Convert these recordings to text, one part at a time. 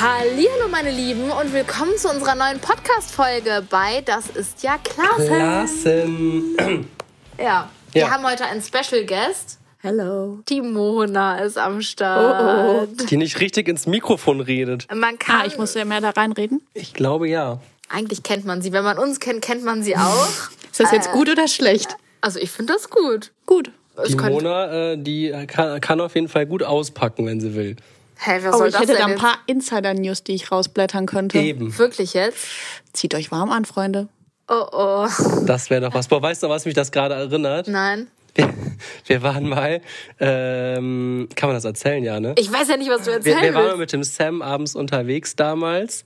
Hallo meine Lieben und willkommen zu unserer neuen Podcast Folge bei Das ist ja Klassen. Klassen. Ja, wir Ja. haben heute einen Special Guest. Hello. Die Mona ist am Start. Die nicht richtig ins Mikrofon redet. Man kann Oh, Ah, ich muss ja mehr da reinreden. Ich glaube ja. eigentlich kennt man sie, wenn man uns kennt, kennt man sie auch. Ist das jetzt gut oder schlecht? Oh, Also ich finde das Äh. gut. Gut. Die Es könnte, Mona, äh, die kann, kann auf jeden Fall gut auspacken, wenn sie will. hey, was Oh, soll ich Also, das hätte denn da ein jetzt? paar Insider-News, die ich rausblättern könnte. Eben. wirklich jetzt? Zieht euch warm an, Freunde. Oh oh. Das wäre doch was. Boah, weißt du, was mich das gerade erinnert? Nein. Wir, wir waren mal, ähm, kann man das erzählen, ja, ne? Ich weiß ja nicht, was du Wir, erzählen wir waren mal willst. mit dem Sam abends unterwegs damals.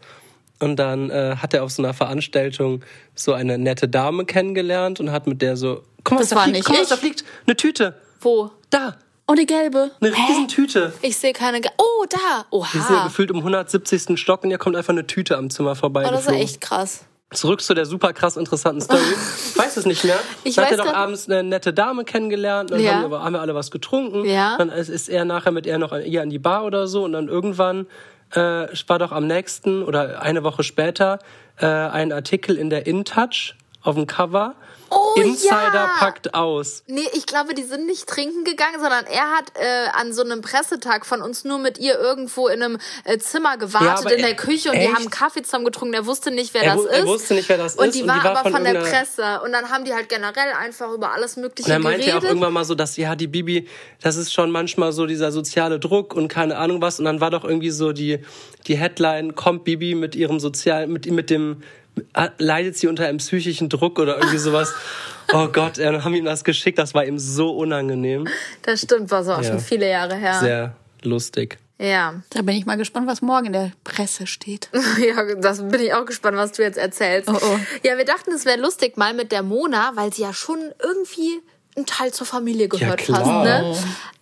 Und dann äh, hat er auf so einer Veranstaltung so eine nette Dame kennengelernt und hat mit der so, guck mal, Das was da war fliegt, nicht guck mal, was ich. da fliegt, eine Tüte, Wo? da, Oh, die gelbe. eine Riesentüte. Ich sehe keine. Ge oh, da. Wir sind Oha. gefühlt im 170. Stock und ihr kommt einfach eine Tüte am Zimmer vorbei. Oh, das war echt krass. Zurück zu der super krass interessanten Story. weiß es nicht mehr. Ich Dann hat weiß er doch grad- abends eine nette Dame kennengelernt. Dann Ja. haben, wir, haben wir alle was getrunken. Ja. Dann ist, ist er nachher mit ihr noch an, ihr an die Bar oder so. Und dann irgendwann äh, war doch am nächsten oder eine Woche später äh, ein Artikel in der InTouch auf dem Cover. Oh, ja. Insider packt aus. Nee, ich glaube, die sind nicht trinken gegangen, sondern er hat äh, an so einem Pressetag von uns nur mit ihr irgendwo in einem äh, Zimmer Ja, gewartet, aber in der e- Küche und die echt? haben Kaffee zusammen getrunken. Er wusste nicht, wer Er das wu- ist. er wusste nicht, wer das und ist, Die und war die war aber von von der irgendeiner- Presse. Und dann haben die halt generell einfach über alles Mögliche Und er meinte geredet. ja auch irgendwann mal so, dass, ja, die Bibi, das ist schon manchmal so dieser soziale Druck und keine Ahnung was. Und dann war doch irgendwie so die, die Headline, kommt Bibi mit ihrem sozialen, mit, mit dem, leidet sie unter einem psychischen Druck oder irgendwie sowas. Oh Gott, er haben ihm das geschickt, das war ihm so unangenehm. das stimmt, war so auch Ja. schon viele Jahre her. Sehr lustig. Ja. Da bin ich mal gespannt, was morgen in der Presse steht. Ja, das bin ich auch gespannt, was du jetzt erzählst. Oh, oh. Ja, wir dachten, es wäre lustig mal mit der Mona, weil sie ja schon irgendwie ein Teil zur Familie gehört klar. fast, ne?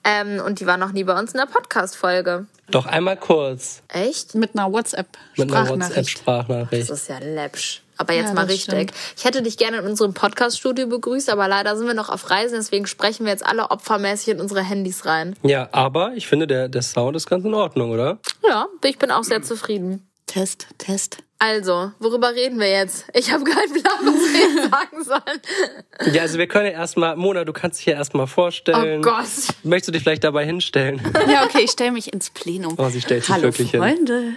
Ähm, und die war noch nie bei uns in der Podcast-Folge. Doch einmal kurz Echt? Mit einer WhatsApp-Sprachnachricht. mit einer WhatsApp-Sprachnachricht. Das ist ja läppsch. Aber jetzt Ja, mal das richtig. Ich hätte dich gerne in unserem Podcast-Studio begrüßt, aber leider sind wir noch auf Reisen, deswegen sprechen wir jetzt alle opfermäßig in unsere Handys rein. Ja, aber ich finde, der, der Sound ist ganz in Ordnung, oder? Ja, ich bin auch sehr zufrieden. Test, Test. Also, worüber reden wir jetzt? Ich habe keinen Plan, was wir jetzt sagen sollen. Ja, also wir können ja erstmal, Mona, du kannst dich ja erstmal Oh vorstellen. Gott. Möchtest du dich vielleicht dabei hinstellen? Ja, okay, ich stelle mich ins Plenum. Oh, sie stellt sich Hallo, wirklich hin. Freunde.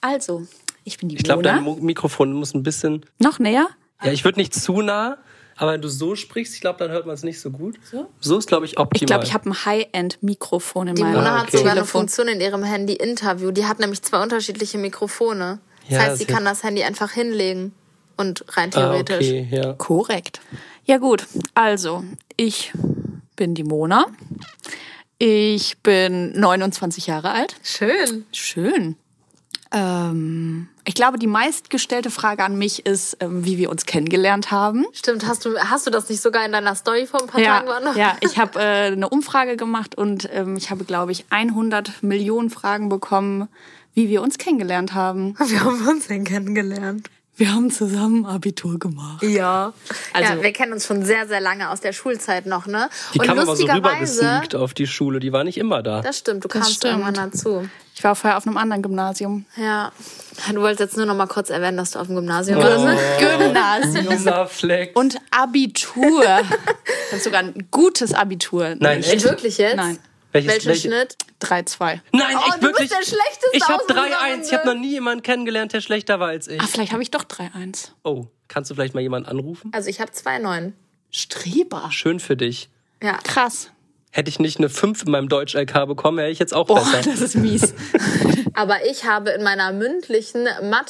Also, ich bin die Ich glaube, Mona. dein Mo Mikrofon muss ein bisschen. Noch näher? Ja, ich würde nicht zu nah, aber wenn du so sprichst, ich glaube, dann hört man es nicht so gut. So, ist, glaube ich, optimal. Ich glaube, ich habe ein High-End-Mikrofon in Die meinem Mona Ah, hat okay. sogar eine Telefon. Funktion in ihrem Handy Interview. Die hat nämlich zwei unterschiedliche Mikrofone. Das Ja, heißt, sie sehr- kann das Handy einfach hinlegen und rein ah, theoretisch. okay, ja. Korrekt. Ja gut, also ich bin die Mona. Ich bin 29 Jahre alt. Schön. Schön. Ähm, ich glaube, die meistgestellte Frage an mich ist, ähm, wie wir uns kennengelernt haben. Stimmt, hast du, hast du das nicht sogar in deiner Story vor ein paar Tagen war Ja, noch? ja ich habe äh, eine Umfrage gemacht und ähm, ich habe, glaube ich, 100 Millionen Fragen bekommen, wie wir uns kennengelernt haben. Wir haben uns denn kennengelernt. Wir haben zusammen Abitur gemacht. Ja. Also, Also- ja, wir kennen uns schon sehr, sehr lange aus der Schulzeit noch, ne? Die kam aber so lustigerweise, rübergesneakt auf die Schule, die war nicht immer da. das stimmt, du kamst stimmt. irgendwann dazu. Ich war vorher auf einem anderen Gymnasium. Ja. Du wolltest jetzt nur noch mal kurz erwähnen, dass du auf dem Gymnasium Oh. warst. ne? Gymnasium. Dieser Fleck. Und Abitur. Ich habe sogar ein gutes Abitur. Nein, echt? Wirklich jetzt? Nein. Welches- Welchen welche- Schnitt? 3-2. Nein, Oh, du echt bist wirklich. der Schlechteste ich habe aus unserer 3-1. Ich habe Runde. noch nie jemanden kennengelernt, der schlechter war als ich. Ah, vielleicht habe ich doch 3-1. Oh, kannst du vielleicht mal jemanden anrufen? Also ich habe zwei neun. Streber. Schön für dich. Ja. Krass. Hätte ich nicht eine 5 in meinem Deutsch-LK bekommen, hätte ich jetzt Oh, auch Boah, besser. das ist mies. Aber ich habe in meiner mündlichen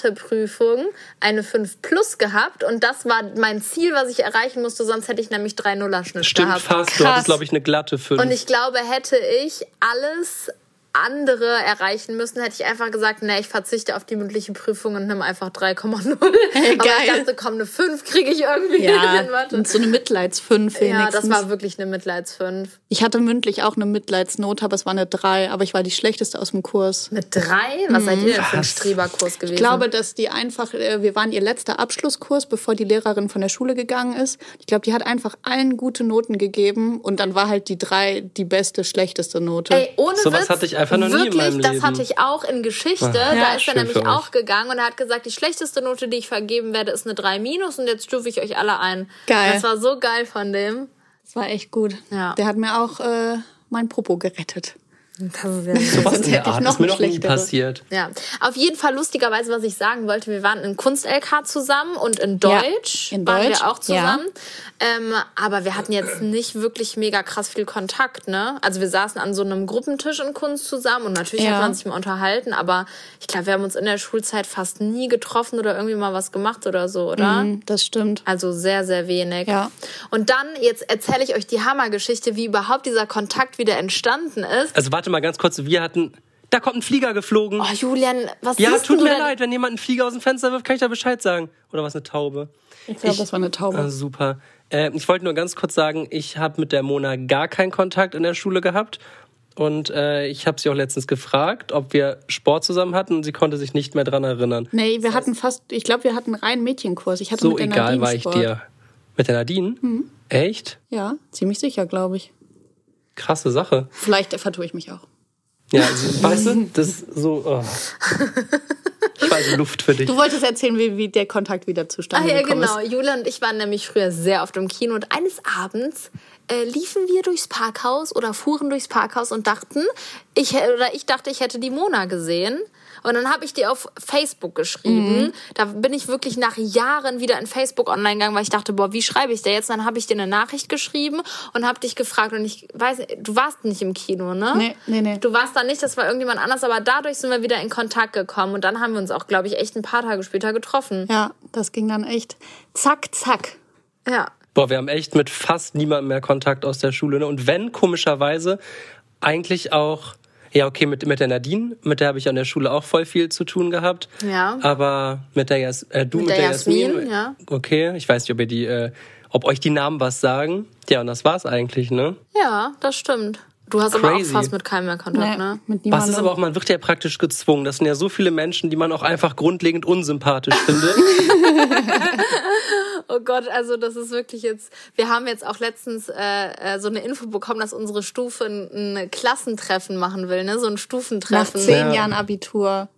Matheprüfung eine 5 plus gehabt und das war mein Ziel, was ich erreichen musste, sonst hätte ich nämlich 3 Nuller Schnitt Stimmt gehabt. fast. Du Krass. hattest, glaube ich, eine glatte 5. Und ich glaube, hätte ich alles andere erreichen müssen, hätte ich einfach gesagt, nee, ich verzichte auf die mündliche Prüfung und nimm einfach 3,0. Hey, Aber ich geil. dachte, komm, eine 5 kriege ich irgendwie hin in Ja, Mathe. so eine Mitleidsfünf Ja, wenigstens. das war wirklich eine Mitleids-5. ich hatte mündlich auch eine Mitleidsnote, aber es war eine 3, aber ich war die schlechteste aus dem Kurs. Mit 3? Was seid ihr denn für ein Was? Streberkurs gewesen? Mhm. Ich glaube, dass die einfach, äh, wir waren ihr letzter Abschlusskurs, bevor die Lehrerin von der Schule gegangen ist. Ich glaube, die hat einfach allen gute Noten gegeben und dann war halt die 3 die beste, schlechteste Note. Ey, ohne Sowas Witz, hatte ich einfach noch nie in meinem Wirklich, Leben. das hatte ich auch in Geschichte. da ist er schön nämlich für euch. auch gegangen und er hat gesagt, die schlechteste Note, die ich vergeben werde, ist eine 3 minus und jetzt stufe ich euch alle ein. Geil. Das war so geil von dem. Das war echt gut. Ja. Der hat mir auch äh, mein Popo gerettet. Das ist ja nicht- Sowas Sonst in der hätte ich Art noch ist mir noch nie schlechtere. passiert. Ja, auf jeden Fall lustigerweise, was ich sagen wollte, wir waren in Kunst-LK zusammen und in Ja, Deutsch in waren Deutsch, wir auch ja. zusammen. Ähm, aber wir hatten jetzt nicht wirklich mega krass viel Kontakt, ne? Also wir saßen an so einem Gruppentisch in Kunst zusammen und natürlich Ja. hat man sich mal unterhalten, aber ich glaube, wir haben uns in der Schulzeit fast nie getroffen oder irgendwie mal was gemacht oder so, oder? Mhm, das stimmt. Also sehr, sehr wenig. Ja. Und dann, jetzt erzähle ich euch die Hammergeschichte, wie überhaupt dieser Kontakt wieder entstanden ist. Also warte mal ganz kurz, wir hatten, da kommt ein Flieger geflogen. Oh, Julian, was ja, siehst tut du mir denn? leid, wenn jemand einen Flieger aus dem Fenster wirft, kann ich da Bescheid sagen. Oder was eine Taube? Ich glaube, das war eine Taube. Ah, super. Äh, ich wollte nur ganz kurz sagen, ich habe mit der Mona gar keinen Kontakt in der Schule gehabt. Und äh, ich habe sie auch letztens gefragt, ob wir Sport zusammen hatten und sie konnte sich nicht mehr dran erinnern. nee, wir hatten fast, ich glaube, wir hatten rein Mädchenkurs. Ich hatte So mit der egal Nadine war ich Sport. Mhm. dir. Mit der Nadine? Echt? Ja, ziemlich sicher, glaube ich. Krasse Sache. Vielleicht vertue ich mich auch. Ja, also, weißt du, das ist so. Oh. Ich war also Luft für dich. Du wolltest erzählen, wie, wie der Kontakt wieder Ah zustande ja, gekommen genau. ist. Julia und ich waren nämlich früher sehr oft im Kino und eines Abends äh, liefen wir durchs Parkhaus oder fuhren durchs Parkhaus und dachten, ich hä- oder ich dachte, ich hätte die Mona gesehen. Und dann habe ich dir auf Facebook geschrieben. Mhm. Da bin ich wirklich nach Jahren wieder in Facebook online gegangen, weil ich dachte, boah, wie schreibe ich da jetzt? Und dann habe ich dir eine Nachricht geschrieben und habe dich gefragt. Und ich weiß, nicht, du warst nicht im Kino, ne? Nee, nee, nee. Du warst da nicht, das war irgendjemand anders, aber dadurch sind wir wieder in Kontakt gekommen. Und dann haben wir uns auch, glaube ich, echt ein paar Tage später getroffen. Ja, das ging dann echt zack, zack. Ja. Boah, wir haben echt mit fast niemandem mehr Kontakt aus der Schule. Ne? Und wenn, komischerweise, eigentlich auch. Ja, okay, mit, mit der Nadine, mit der habe ich an der Schule auch voll viel zu tun gehabt. Ja. Aber mit der Jas äh, du mit, der der, Jasmin, Jasmin, ja. Okay, ich weiß nicht, ob ihr die, äh, ob euch die Namen was sagen. Ja, und das war's eigentlich, ne? Ja, das stimmt. Du hast aber auch Crazy. fast mit keinem mehr Kontakt, ne? mit Was niemandem. ist aber auch, man wird ja praktisch gezwungen. Das sind ja so viele Menschen, die man auch einfach grundlegend unsympathisch findet. Oh Gott, also das ist wirklich jetzt. Wir haben jetzt auch letztens äh, äh, so eine Info bekommen, dass unsere Stufe ein, ein Klassentreffen machen will, ne? So ein Nach Stufentreffen. zehn Ja. Jahren Abitur.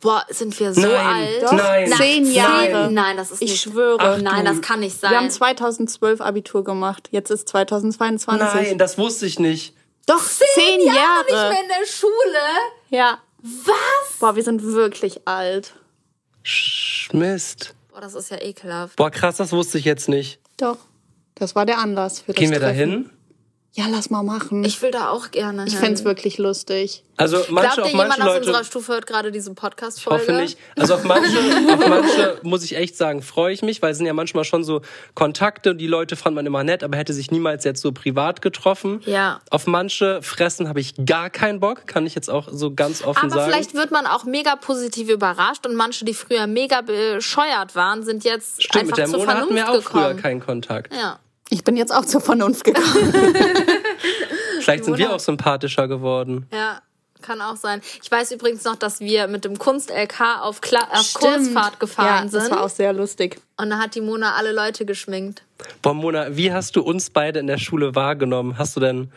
Boah, sind wir so Nein, alt? doch, Nein. Nach zehn Jahre. Nein, nein, das ist Ich nicht. schwöre. Ach, Ach nein, du. das kann nicht Wir haben sein. 2012 Abitur gemacht. Jetzt ist 2022. Nein, das wusste ich nicht. Doch, zehn, Jahre. nicht mehr in der Schule. Ja. Was? Boah, wir sind wirklich alt. Sch Mist. Boah, das ist ja ekelhaft. Boah, krass, das wusste ich jetzt nicht. Doch. Das war der Anlass für das Gehen wir da Treffen. hin? Ja, lass mal machen. Ich, ähm, Ich will da auch gerne. ich hin. fände es wirklich lustig. Also Glaubt manche, ihr, auf jemand manche aus Leute, unserer Stufe hört gerade diese Podcast-Folge? hoffe nicht. Also auf manche, auf manche muss ich echt sagen, freue ich mich, weil es sind ja manchmal schon so Kontakte, die Leute fand man immer nett, aber hätte sich niemals jetzt so privat getroffen. Ja. Auf manche Fressen habe ich gar keinen Bock, kann ich jetzt auch so ganz offen Aber sagen. vielleicht wird man auch mega positiv überrascht und manche, die früher mega bescheuert waren, sind jetzt Stimmt, einfach mit der zur Mona hatten Vernunft wir auch früher gekommen. keinen Kontakt. ja. Ich bin jetzt auch zur Vernunft gekommen. Vielleicht sind wir auch sympathischer geworden. ja, kann auch sein. Ich weiß übrigens noch, dass wir mit dem Kunst-LK auf, Kla auf Stimmt. Kurzfahrt gefahren ja, sind Das war auch sehr lustig. und da hat die Mona alle Leute geschminkt. Boah, Mona, wie hast du uns beide in der Schule wahrgenommen? Hast du denn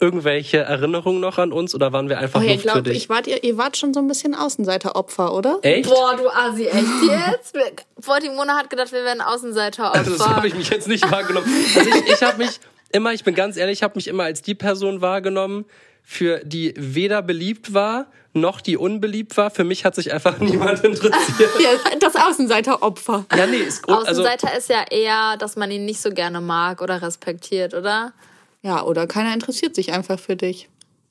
irgendwelche Erinnerungen noch an uns oder waren wir einfach Oh, Luft ihr für glaubt, dich? Äh. ich wart, ihr, ihr wart schon so ein bisschen Außenseiteropfer, oder? Echt? Boah, du Asi, echt jetzt? Wir- Boah, die Mona hat gedacht, wir wären Außenseiteropfer. Also das habe ich mich jetzt nicht wahrgenommen. Also ich, ich habe mich immer, ich bin ganz ehrlich, ich habe mich immer als die Person wahrgenommen, für die weder beliebt war, noch die unbeliebt war. Für mich hat sich einfach niemand interessiert. Ja, das Außenseiteropfer. Ja, nee, ist gut. Also, Außenseiter ist ja eher, dass man ihn nicht so gerne mag oder respektiert, oder? Ja, oder keiner interessiert sich einfach für dich.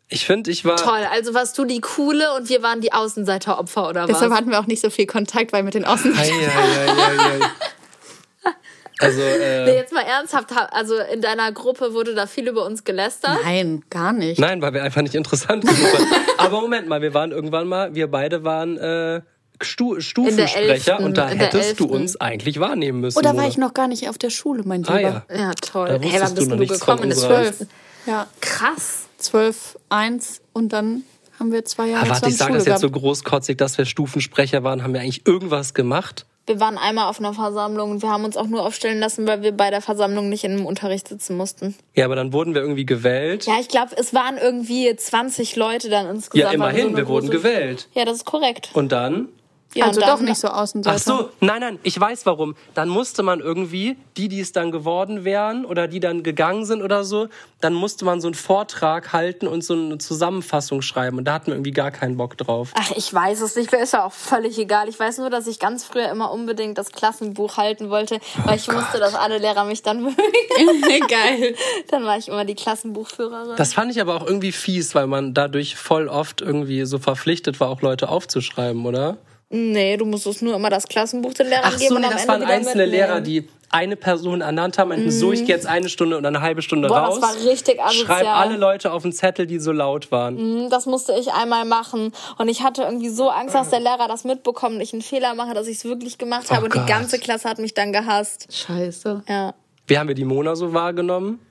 ich finde, ich war... Toll, also warst du die Coole und wir waren die Außenseiteropfer, oder was? Deshalb hatten wir auch nicht so viel Kontakt, weil mit den Ei, Außenseitern. ei, ei, ei, ei. Also, Nee, äh, jetzt mal ernsthaft, ha- also in deiner Gruppe wurde da viel über uns gelästert. Nein, gar nicht. nein, weil wir einfach nicht interessant genug waren. Aber Moment mal, wir waren irgendwann mal, wir beide waren... Äh, Stu Stufensprecher Elften, und da in der hättest du Elften. uns eigentlich wahrnehmen müssen. Oder war Mona. ich noch gar nicht auf der Schule, mein Lieber? Ah ja. Ja, toll. Da Ey, wann wusstest du bist denn noch du nichts von gekommen? In der unserer 12. Ja, Krass. 12, 1 und dann haben wir zwei Jahre Aber Ah, warte, zusammen ich sage Schule das jetzt so gehabt. großkotzig, dass wir Stufensprecher waren. Haben wir eigentlich irgendwas gemacht? Wir waren einmal auf einer Versammlung und wir haben uns auch nur aufstellen lassen, weil wir bei der Versammlung nicht in einem Unterricht sitzen mussten. Ja, aber dann wurden wir irgendwie gewählt. Ja, ich glaube, es waren irgendwie 20 Leute dann Ja, insgesamt. weil immerhin, so eine wir wurden große- gewählt. Ja, das ist korrekt. Und dann? Ja, also und dann- doch nicht so Außenseiter. Ach so, nein, nein, ich weiß warum. Dann musste man irgendwie, die, die es dann geworden wären oder die dann gegangen sind oder so, dann musste man so einen Vortrag halten und so eine Zusammenfassung schreiben. Und da hatten wir irgendwie gar keinen Bock drauf. Ach, ich weiß es nicht. Mir ist ja auch völlig egal. Ich weiß nur, dass ich ganz früher immer unbedingt das Klassenbuch halten wollte, weil ich wusste, dass alle Lehrer mich dann mögen. Geil. Dann war ich immer die Klassenbuchführerin. Das fand ich aber auch irgendwie fies, weil man dadurch voll oft irgendwie so verpflichtet war, auch Leute aufzuschreiben, oder? nee, du musstest nur immer das Klassenbuch den Lehrern Ach geben. so, und nee, am das Ende waren wieder einzelne mitnehmen. Lehrer, die eine Person ernannt haben, meinten, so, ich gehe jetzt eine Stunde und eine halbe Stunde Boah, raus. das war richtig asozial. Mhm. Schreib alle Leute auf den Zettel, die so laut waren. Das musste ich einmal machen. Und ich hatte irgendwie so Angst, dass der Lehrer das mitbekommt und ich einen Fehler mache, dass ich es wirklich gemacht habe. Oh und Gott. die ganze Klasse hat mich dann gehasst. Scheiße. Ja. Wie haben wir die Mona so wahrgenommen?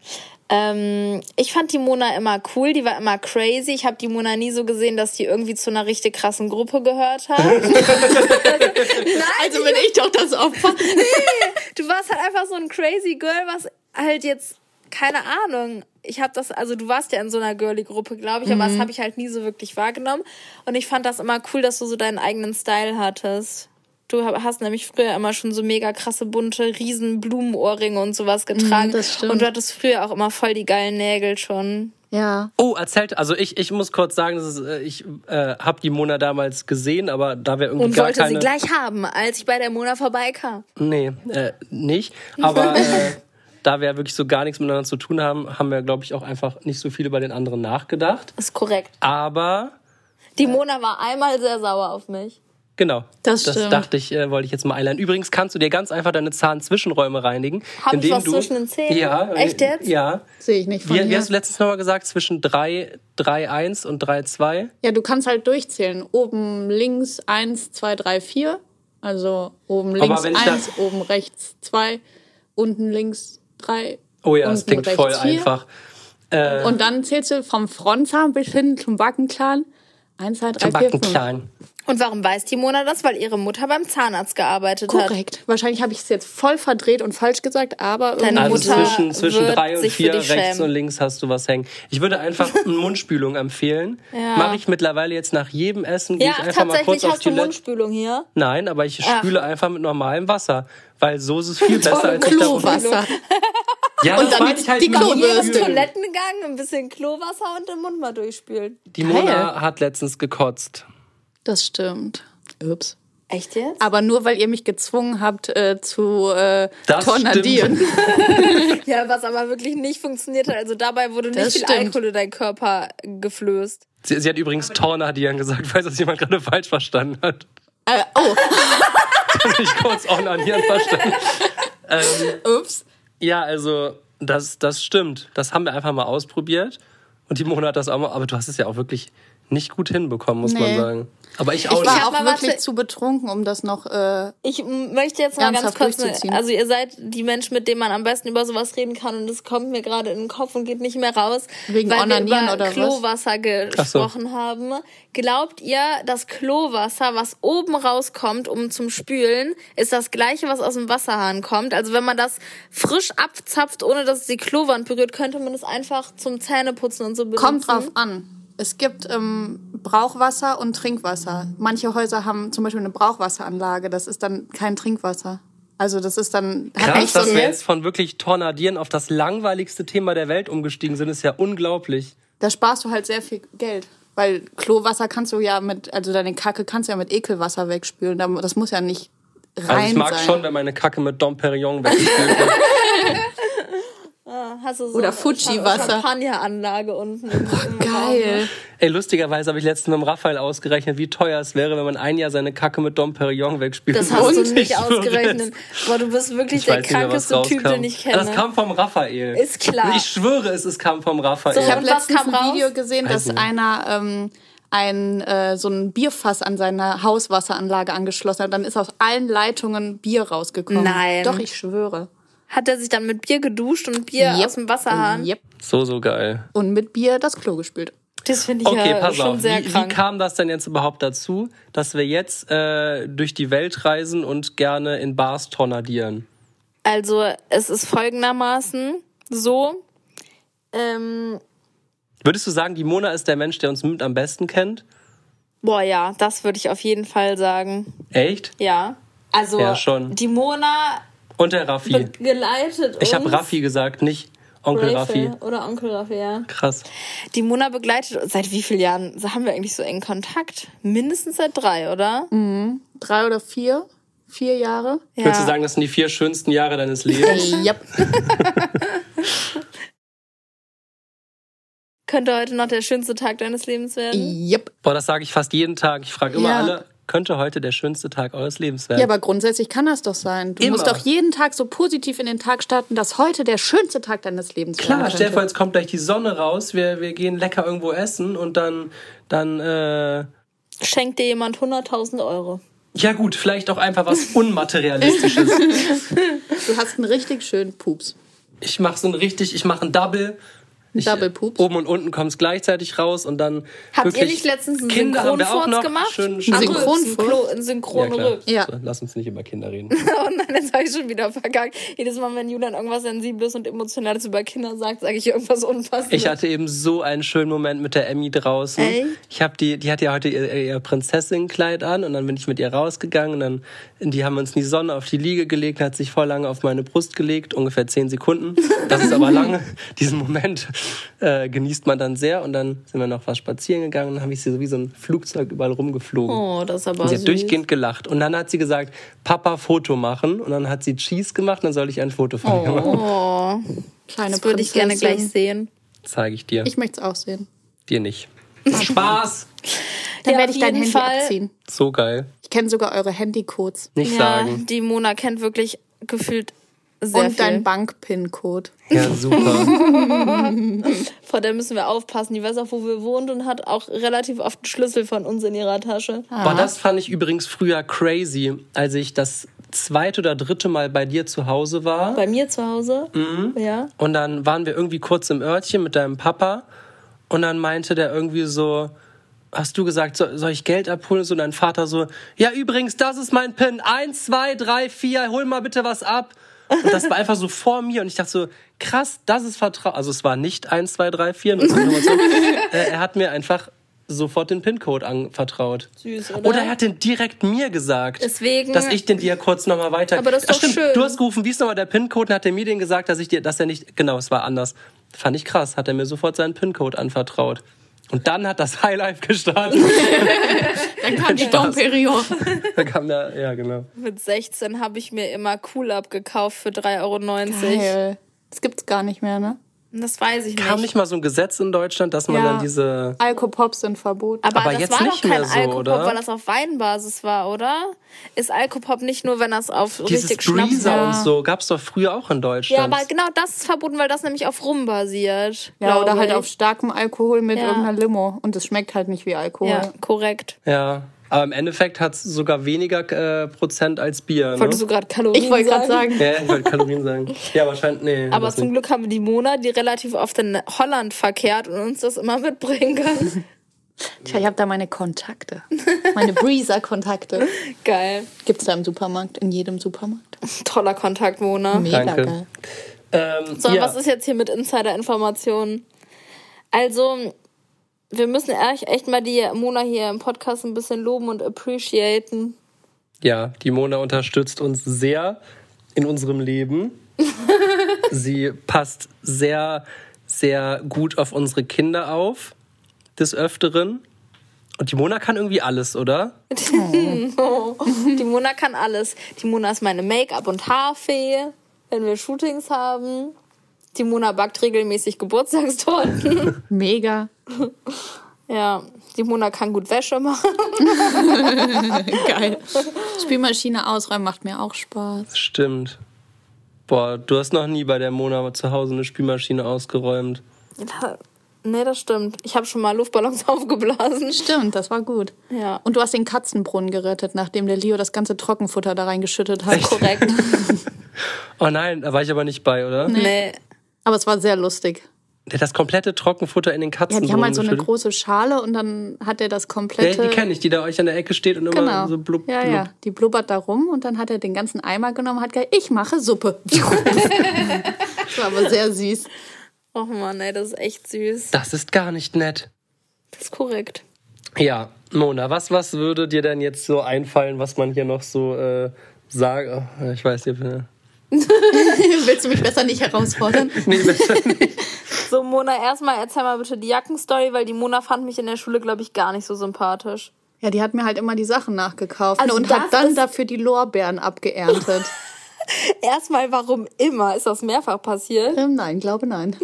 Ähm, ich fand die Mona immer cool, die war immer crazy. Ich habe die Mona nie so gesehen, dass die irgendwie zu einer richtig krassen Gruppe gehört hat. Also bin ich doch das Opfer. du warst halt einfach so ein crazy Girl, was halt jetzt keine Ahnung. Ich habe das, also du warst ja in so einer Girly-Gruppe, glaube ich, aber Mhm. das habe ich halt nie so wirklich wahrgenommen. Und ich fand das immer cool, dass du so deinen eigenen Style hattest. Du hab- hast nämlich früher immer schon so mega krasse, bunte, riesen Blumenohrringe und sowas getragen. Mhm, das stimmt. Und du hattest früher auch immer voll die geilen Nägel schon. Ja. Oh, erzählt, also ich, ich muss kurz sagen, das ist, äh, ich äh, habe die Mona damals gesehen, aber da wir irgendwie Und gar wollte keine... sie gleich haben, als ich bei der Mona vorbeikam. Nee, äh, nicht. Aber äh, da wir wirklich so gar nichts miteinander zu tun haben, haben wir, glaube ich, auch einfach nicht so viel über den anderen nachgedacht. Ist korrekt. Aber Die Mona war einmal sehr sauer auf mich. Genau. Das stimmt. dachte ich, äh, wollte ich jetzt mal einlernen. Übrigens kannst du dir ganz einfach deine Zahnzwischenräume reinigen. Hab ich indem was du, zwischen den Zähnen? Ja. äh, Echt jetzt? Ja. Sehe ich nicht von Wie, wie hier. hast du letztes Mal gesagt? Zwischen 3, 3, 1 und 3, 2? Ja, du kannst halt durchzählen. Oben links 1, 2, 3, 4. Also oben links wenn ich da- 1, oben rechts 2, unten links 3. Oh ja, das unten klingt rechts voll vier. einfach. Und dann zählst du vom Frontzahn bis hin zum Backenclan. 1, 2, 3, 4, Backen 5. klein. Und warum weiß die Mona das? Weil ihre Mutter beim Zahnarzt gearbeitet hat. Korrekt. Wahrscheinlich habe ich es jetzt voll verdreht und falsch gesagt, aber Deine Also irgendwie Mutter so. zwischen, zwischen wird 3 und sich für 4, dich rechts schämen. und links hast du was hängen. Ich würde einfach eine Mundspülung empfehlen. Ja. Mache ich mittlerweile jetzt nach jedem Essen, gehe Ja, ich ach, einfach mal tatsächlich kurz auf hast du Toilette. Mundspülung hier. Nein, aber ich spüle einfach mit normalem Wasser, weil so ist es viel besser, als ich da Klowasser. Ja, Und das damit meine ich halt die mit Klobürste. Mundspülen. Toilettengang, ein bisschen Klowasser und den Mund mal durchspülen. Die Mona hat letztens gekotzt. Das stimmt. Ups. Echt jetzt? Aber nur, weil ihr mich gezwungen habt äh, zu äh, Das tornadieren. Ja, was aber wirklich nicht funktioniert hat. Also dabei wurde nicht Das viel stimmt. Alkohol in deinen Körper geflößt. Sie, sie hat übrigens Tornadieren gesagt, falls das jemand gerade falsch verstanden hat. Äh, oh, ich kurz Ornadieren verstanden. ups. Ja, also das, das stimmt. Das haben wir einfach mal ausprobiert. Und die Mona hat das auch mal. Aber du hast es ja auch wirklich nicht gut hinbekommen, muss man Nee. sagen. Aber ich auch Ich war nicht. hab war mal auch was- wirklich zu betrunken, um das noch. Äh, Ich m- möchte jetzt mal Ernsthaft ganz kurz. durchzuziehen. Also ihr seid die Menschen, mit denen man am besten über sowas reden kann und es kommt mir gerade in den Kopf und geht nicht mehr raus, Wegen weil wir Onanieren über oder was? Klowasser Ach so. gesprochen haben. Glaubt ihr, das Klowasser, was oben rauskommt, um zum Spülen, ist das gleiche, was aus dem Wasserhahn kommt? Also wenn man das frisch abzapft, ohne dass es die Klowand berührt, könnte man es einfach zum Zähneputzen und so benutzen. kommt drauf an. Es gibt ähm, Brauchwasser und Trinkwasser. Manche Häuser haben zum Beispiel eine Brauchwasseranlage. Das ist dann kein Trinkwasser. Also das ist dann hat Krass, nicht so dass wir ein, jetzt von wirklich Tornadieren auf das langweiligste Thema der Welt umgestiegen sind, ist ja unglaublich. da sparst du halt sehr viel Geld, weil Klowasser kannst du ja mit also deine Kacke kannst du ja mit Ekelwasser wegspülen. Da- Das muss ja nicht rein Also ich mag sein. schon, wenn meine Kacke mit Domperion weggespielt wird. Hast du so Oder eine Fuji-Wasser. Oh, Champagneranlage unten. im- ne? im Geil. Ey, lustigerweise habe ich letztens mit dem Raphael ausgerechnet, wie teuer es wäre, wenn man ein Jahr seine Kacke mit Dom Perignon wegspielt. Das hast du Und nicht ich würde ausgerechnet. jetzt- Boah, du bist wirklich Ich der weiß nicht, mehr, was krankeste Typ, rauskam. den ich Das kenne. kam vom Raphael. Ist klar. Ich schwöre es, es kam vom Raphael. So, Ich habe Und was letztens kam ein raus? Video gesehen, dass nicht. einer ähm, ein, äh, so ein Bierfass an seine Hauswasseranlage angeschlossen hat. Dann ist aus allen Leitungen Bier rausgekommen. Nein. Doch, ich schwöre. Hat er sich dann mit Bier geduscht und Bier Yep. aus dem Wasserhahn? Yep. so, so geil. Und mit Bier das Klo gespült. Das finde ich Okay, ja pass schon auf. sehr Wie, wie krank. kam das denn jetzt überhaupt dazu, dass wir jetzt äh, durch die Welt reisen und gerne in Bars tornadieren? also, es ist folgendermaßen so. Ähm, Würdest du sagen, die Mona ist der Mensch, der uns mit am besten kennt? boah, ja, das würde ich auf jeden Fall sagen. Echt? Ja. Also, Ja, schon. die Mona Und der Raffi. begleitet uns. Ich habe Raffi gesagt, nicht Onkel Raffi. Oder Onkel Raffi, ja. Krass. Die Mona begleitet uns. Seit wie vielen Jahren haben wir eigentlich so engen Kontakt? Mindestens seit drei, oder? Drei oder vier? Vier Jahre? Ja. Würdest du sagen, das sind die vier schönsten Jahre deines Lebens? Ja. Könnte heute noch der schönste Tag deines Lebens werden? Yep. Boah, das sage ich fast jeden Tag. Ich frage immer Ja. alle, könnte heute der schönste Tag eures Lebens werden? Ja, aber grundsätzlich kann das doch sein. Du Immer. musst doch jeden Tag so positiv in den Tag starten, dass heute der schönste Tag deines Lebens Klar, werden stell dir vor, könnte. jetzt kommt gleich die Sonne raus, wir, wir gehen lecker irgendwo essen und dann, dann äh, Schenkt dir jemand 100.000 Euro? ja gut, vielleicht auch einfach was Unmaterialistisches. Du hast einen richtig schönen Pups. ich mache so ein richtig, ich mache ein Double. Ich, äh, Double Pups? Oben und unten kommt's gleichzeitig raus und dann. Habt ihr wirklich- nicht letztens einen Kinder haben wir auch Synchronfurz noch. gemacht? Schön, schön. Einen Rülpsen, Synchronfurz? Klo- Einen ja, synchronen klar. Rülps. Ja. So, lass uns nicht über Kinder reden. Oh nein, jetzt habe ich schon wieder vergangen. Jedes Mal, wenn Julian irgendwas Sensibles und Emotionales über Kinder sagt, sage ich irgendwas Unpassendes. Ich hatte eben so einen schönen Moment mit der Emmy draußen. Echt? Ich habe die, die hat ja heute ihr, ihr Prinzessinnenkleid an und dann bin ich mit ihr rausgegangen und dann, die haben uns in die Sonne auf die Liege gelegt, hat sich voll lange auf meine Brust gelegt, ungefähr zehn Sekunden. Das ist aber lange. Diesen Moment äh, genießt man dann sehr und dann sind wir noch was spazieren gegangen und dann habe ich sie so wie so ein Flugzeug überall rumgeflogen. oh, das ist aber Und sie süß. hat durchgehend gelacht. Und dann hat sie gesagt, Papa, Foto machen. Und dann hat sie Cheese gemacht, dann soll ich ein Foto von ihr machen. Oh, Kleine das würde ich gerne Prinzessin. gleich sehen. Zeige ich dir. Ich möchte es auch sehen. dir nicht. Spaß! Dann Ja, werde auf ich dein jeden Handy Fall. abziehen. So geil. Ich kenne sogar eure Handycodes. Nicht Ja, sagen. die Mona kennt wirklich gefühlt sehr Und viel. dein Bank-PIN-Code. Ja, super. Vor der müssen wir aufpassen. Die weiß auch, wo wir wohnt und hat auch relativ oft einen Schlüssel von uns in ihrer Tasche. Aber das fand ich übrigens früher crazy, als ich das zweite oder dritte Mal bei dir zu Hause war. Bei mir zu Hause. Mhm. Ja. Und dann waren wir irgendwie kurz im Örtchen mit deinem Papa. Und dann meinte der irgendwie so, hast du gesagt, so, soll ich Geld abholen? So, und dein Vater so, ja, übrigens, das ist mein PIN. Eins, zwei, drei, vier, hol mal bitte was ab. Und das war einfach so vor mir. Und ich dachte so, krass, das ist Vertrauen. Also es war nicht eins, zwei, drei, vier. nur so, nur so. Äh, er hat mir einfach sofort den PIN-Code anvertraut. Süß, oder? oder? er hat den direkt mir gesagt. Deswegen- Dass ich den dir kurz nochmal weiter... Aber das ist Ah, doch stimmt, schön. Du hast gerufen, wie ist nochmal der PIN-Code? Und hat der mir den gesagt, dass ich dir, dass er nicht, genau, es war anders. Fand ich krass, hat er mir sofort seinen PIN-Code anvertraut. Und dann hat das Highlife gestartet. Dann kam die Spaß. Domperior. da kam der, ja, genau. Mit 16 habe ich mir immer Cool abgekauft für 3,90 Euro. Geil. Das gibt's gar nicht mehr, ne? Und Das weiß ich Kam nicht. nicht mal so ein Gesetz in Deutschland, dass man Ja. dann diese, Alkopops sind verboten. Aber, Aber das jetzt war nicht doch kein mehr so, Alkopop, oder? weil das auf Weinbasis war, oder? Ist Alkopop nicht nur, wenn das auf dieses richtig Schnaps Breezer war? und Ja. so, gab's doch früher auch in Ja, Deutschland. aber genau das ist verboten, weil das nämlich auf Rum basiert. ja, oder glaube halt ich. auf starkem Alkohol mit Ja. irgendeiner Limo. Und es schmeckt halt nicht wie Alkohol. Ja, korrekt. Ja. Aber im Endeffekt hat's sogar weniger äh, Prozent als Bier. Ne? Wolltest du gerade Kalorien Ich wollte gerade sagen, Ja, ich wollte Kalorien sagen. Ja, wahrscheinlich, nee. Aber das zum nicht. Glück haben wir die Mona, die relativ oft in Holland verkehrt und uns das immer mitbringen kann. ich habe da meine Kontakte. Meine Breezer-Kontakte. Geil. Gibt's da im Supermarkt, in jedem Supermarkt. Toller Kontakt, Mona. Mega Danke. geil. ähm, So, ja. was ist jetzt hier mit Insider-Informationen? Also, wir müssen echt, echt mal die Mona hier im Podcast ein bisschen loben und appreciaten. Ja, die Mona unterstützt uns sehr in unserem Leben. Sie passt sehr, sehr gut auf unsere Kinder auf, des Öfteren. Und die Mona kann irgendwie alles, oder? Oh. Die Mona kann alles. Die Mona ist meine Make-up- und Haarfee, wenn wir Shootings haben. Die Mona backt regelmäßig Geburtstagstorten. Mega. Ja, die Mona kann gut Wäsche machen. Geil. Spielmaschine ausräumen macht mir auch Spaß. Stimmt. Boah, du hast noch nie bei der Mona zu Hause eine Spülmaschine ausgeräumt. Nee, das stimmt. Ich habe schon mal Luftballons aufgeblasen. Stimmt, das war gut. Ja. Und du hast den Katzenbrunnen gerettet, nachdem der Leo das ganze Trockenfutter da reingeschüttet hat. Korrekt. Oh nein, da war ich aber nicht bei, oder? nee. Aber es war sehr lustig. Der hat das komplette Trockenfutter in den Ja, Katzen. die haben halt so eine geschüttet. große Schale und dann hat er das Ja, komplette. die kenne ich, die da euch an der Ecke steht und immer Genau. so blub, blub. ja, ja. Die blubbert da rum und dann hat er den ganzen Eimer genommen, hat gesagt, ich mache Suppe. das war aber sehr süß. Och man, ey, das ist echt süß. Das ist gar nicht nett. Das ist korrekt. Ja, Mona, was, was würde dir denn jetzt so einfallen, was man hier noch so äh, sagt? Oh, Ich weiß nicht. äh, Willst du mich besser nicht herausfordern? Nee, besser nicht. So, Mona, erstmal erzähl mal bitte die Jackenstory, weil die Mona fand mich in der Schule, glaube ich, gar nicht so sympathisch. Ja, die hat mir halt immer die Sachen nachgekauft Also ne, und das hat dann ist- dafür die Lorbeeren abgeerntet. Erstmal, warum immer? Ist das mehrfach passiert? ähm, nein, glaube nein.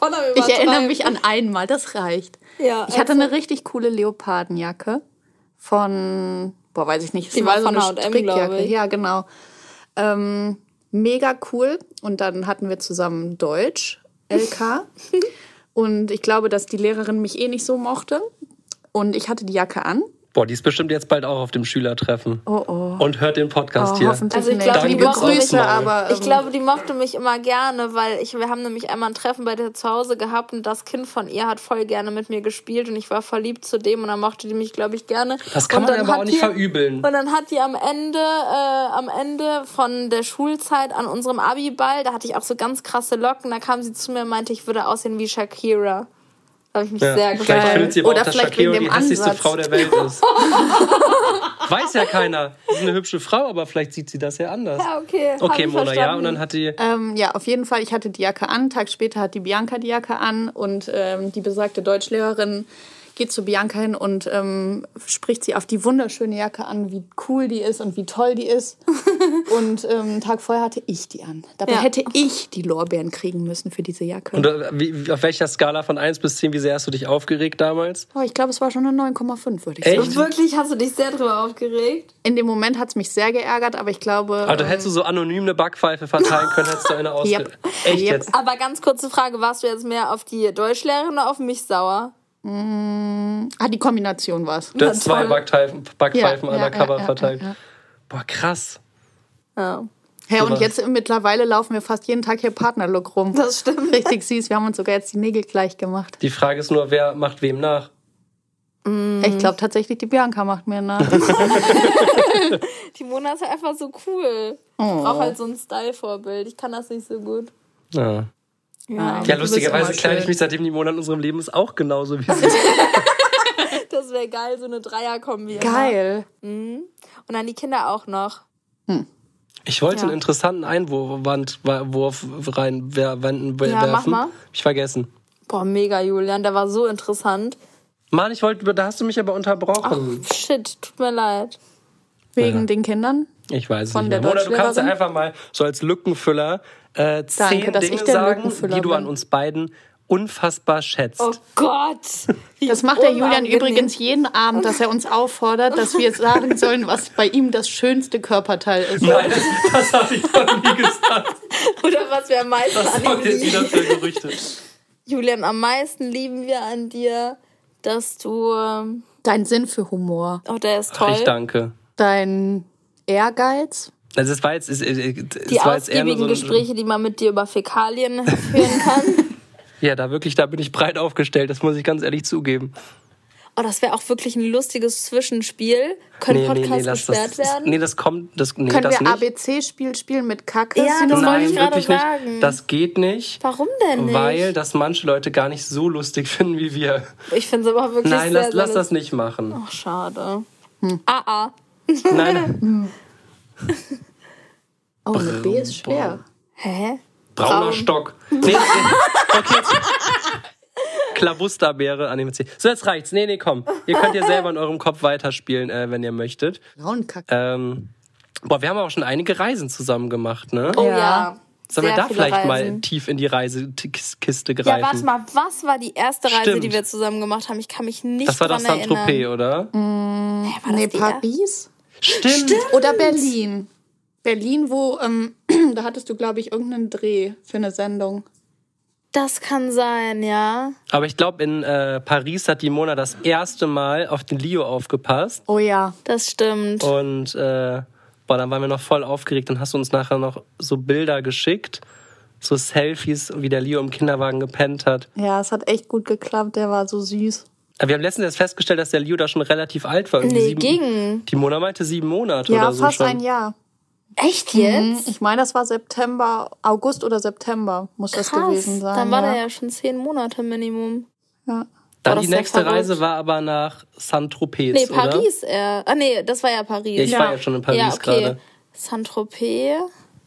Voller Ich Übertreibung. erinnere mich an einmal, das reicht. Ja, ich hatte also- eine richtig coole Leopardenjacke von, boah, weiß ich nicht, es Die war von eine H&M, glaube Strickjacke. ich. Ja, genau. Ähm, mega cool. Und dann hatten wir zusammen Deutsch, LK. und ich glaube, dass die Lehrerin mich eh nicht so mochte. Und ich hatte die Jacke an. Boah, die ist bestimmt jetzt bald auch auf dem Schülertreffen. Oh, oh. Und hört den Podcast Oh, hier. hoffentlich Also ich nicht. glaube, die liebe mochte Grüße, mich- aber Ich ähm, glaube, die mochte mich immer gerne, weil ich, wir haben nämlich einmal ein Treffen bei der zu Hause gehabt und das Kind von ihr hat voll gerne mit mir gespielt und ich war verliebt zu dem und dann mochte die mich, glaube ich, gerne. Das kann und man dann aber hat auch nicht die- verübeln. Und dann hat die am Ende, äh, am Ende von der Schulzeit an unserem Abiball, da hatte ich auch so ganz krasse Locken, da kam sie zu mir und meinte, ich würde aussehen wie Shakira. Da habe ich mich Ja, sehr vielleicht gefreut. findet sie aber Oder auch, dass vielleicht Shakira wegen die dem hässlichste Ansatz. Frau der Welt ist. Weiß ja keiner. Ist eine hübsche Frau, aber vielleicht sieht sie das ja anders. Ja, okay. Hab Okay, ich Mona, ja. verstanden. Und dann hat die. Ähm, ja, auf jeden Fall, ich hatte die Jacke an. Einen Tag später hat die Bianca die Jacke an und ähm, die besagte Deutschlehrerin geht zu Bianca hin und ähm, spricht sie auf die wunderschöne Jacke an, wie cool die ist und wie toll die ist. und ähm, einen Tag vorher hatte ich die an. Dabei Ja. hätte ich die Lorbeeren kriegen müssen für diese Jacke. Und äh, wie, auf welcher Skala von 1 bis 10, wie sehr hast du dich aufgeregt damals? oh, ich glaube, es war schon eine 9,5, würde ich Echt? sagen. Und wirklich hast du dich sehr drüber aufgeregt. In dem Moment hat es mich sehr geärgert, aber ich glaube... Aber du Also, hättest du so anonym eine Backpfeife verteilen können, hättest du eine ausge... Yep. Echt Yep. jetzt? Aber ganz kurze Frage, warst du jetzt mehr auf die Deutschlehrerin oder auf mich sauer? ah, die Kombination war es. Du hättest Na, zwei toll. Backpfeifen, Backpfeifen Ja, ja, undercover ja, ja, verteilt. ja, ja. Boah, krass. Ja. Ja, und Super. jetzt äh, mittlerweile laufen wir fast jeden Tag hier Partnerlook rum. Das stimmt. Richtig süß. Wir haben uns sogar jetzt die Nägel gleich gemacht. Die Frage ist nur, wer macht wem nach? Ich glaube tatsächlich, die Bianca macht mir nach. Die Mona ist halt einfach so cool. Ich Oh. brauche halt so ein Style-Vorbild. Ich kann das nicht so gut. Ja, ja Ja, du bist lustigerweise immer kleide ich schön. mich seitdem die Monat in unserem Leben ist auch genauso wie sie. Das wäre geil, so eine Dreier-Kombi. Geil. Und dann die Kinder auch noch. Ich wollte Ja. einen interessanten Einwurf rein wer- wenden, wer- Ja, werfen. mach mal. Hab Ich vergessen. Boah, mega, Julian. Der war so interessant. Mann, ich wollte, da hast du mich aber Oh. unterbrochen. Shit, tut mir leid. Wegen Ja. den Kindern? Ich weiß es Von nicht der mehr. Mona, du kannst ja Deutschlehrerin? einfach mal so als Lückenfüller äh, zehn Danke, dass Dinge ich der sagen, Lückenfüller die du bin. an uns beiden unfassbar schätzt. Oh Gott. Wie Das macht der Julian unangenehm. übrigens jeden Abend, dass er uns auffordert, dass wir sagen sollen, was bei ihm das schönste Körperteil ist. Nein, das, das habe ich noch nie gesagt. Oder was wir am meisten Das an sorgt ihm jetzt lieben. wieder für Gerüchte. Julian, am meisten lieben wir an dir, dass du... ähm, Dein Sinn für Humor, Oh, der ist Ach, toll. ich danke. dein Ehrgeiz. Also es war jetzt, es, es, es die war jetzt eher nur ausgiebigen so ein, Gespräche, die man mit dir über Fäkalien führen kann. Ja, da wirklich, da bin ich breit aufgestellt. Das muss ich ganz ehrlich zugeben. Oh, das wäre auch wirklich ein lustiges Zwischenspiel. Können Podcasts lass das- gesperrt werden? Nee, das kommt, das, nee, Können das wir nicht. ABC-Spiel spielen mit Kacke? Ja, das Synonym? wollte Nein, ich gerade wirklich sagen. nicht. Das geht nicht. Warum denn nicht? Weil das manche Leute gar nicht so lustig finden wie wir. ich finde es aber wirklich Nein, sehr, lass, sehr lass das Hm. lustig. nicht machen. Ach, schade. Ah, ah. Nein, oh, mit B ist schwer. Hä? brauner Braun. Stock. Nee, nee. Okay. Klabusterbeere an dem C. So, jetzt reicht's. Nee, nee, komm. Ihr könnt ihr selber in eurem Kopf weiterspielen, äh, wenn ihr möchtet. Braunkacke. Ähm, boah, wir haben auch schon einige Reisen zusammen gemacht, ne? Oh ja. Ja. Sollen wir Sehr da viele vielleicht mal Reisen. tief in die Reisekiste greifen? Ja, warte mal, was war die erste Reise, Stimmt. die wir zusammen gemacht haben? Ich kann mich nicht Das war doch dran erinnern. Mhm. Saint-Tropez, oder? Hä, war das Nee, die- Paris? Stimmt. Oder Berlin. Berlin, wo, ähm, da hattest du, glaube ich, irgendeinen Dreh für eine Sendung. Das kann sein, ja. Aber ich glaube, in äh, Paris hat die Mona das erste Mal auf den Leo aufgepasst. Oh ja. Das stimmt. Oh, Und äh, boah, dann waren wir noch voll aufgeregt. Dann hast du uns nachher noch so Bilder geschickt. so Selfies, wie der Leo im Kinderwagen gepennt hat. Ja, es hat echt gut geklappt. Der war so süß. Aber wir haben letztens erst festgestellt, dass der Leo da schon relativ alt war. Irgendwie Nee, sieben, ging. Die Mona meinte sieben Monate Ja, oder so fast schon. ein Jahr. Echt jetzt? Mhm. Ich meine, das war September, August oder September muss das Krass. gewesen sein. Dann war ja. der ja schon zehn Monate Minimum. ja. Boah, Dann das die ist ja nächste verrückt. Reise war aber nach Saint-Tropez, Nee, oder? Paris eher. Ah, nee, das war ja Paris. Ja, ich war ja schon in Paris gerade. Saint-Tropez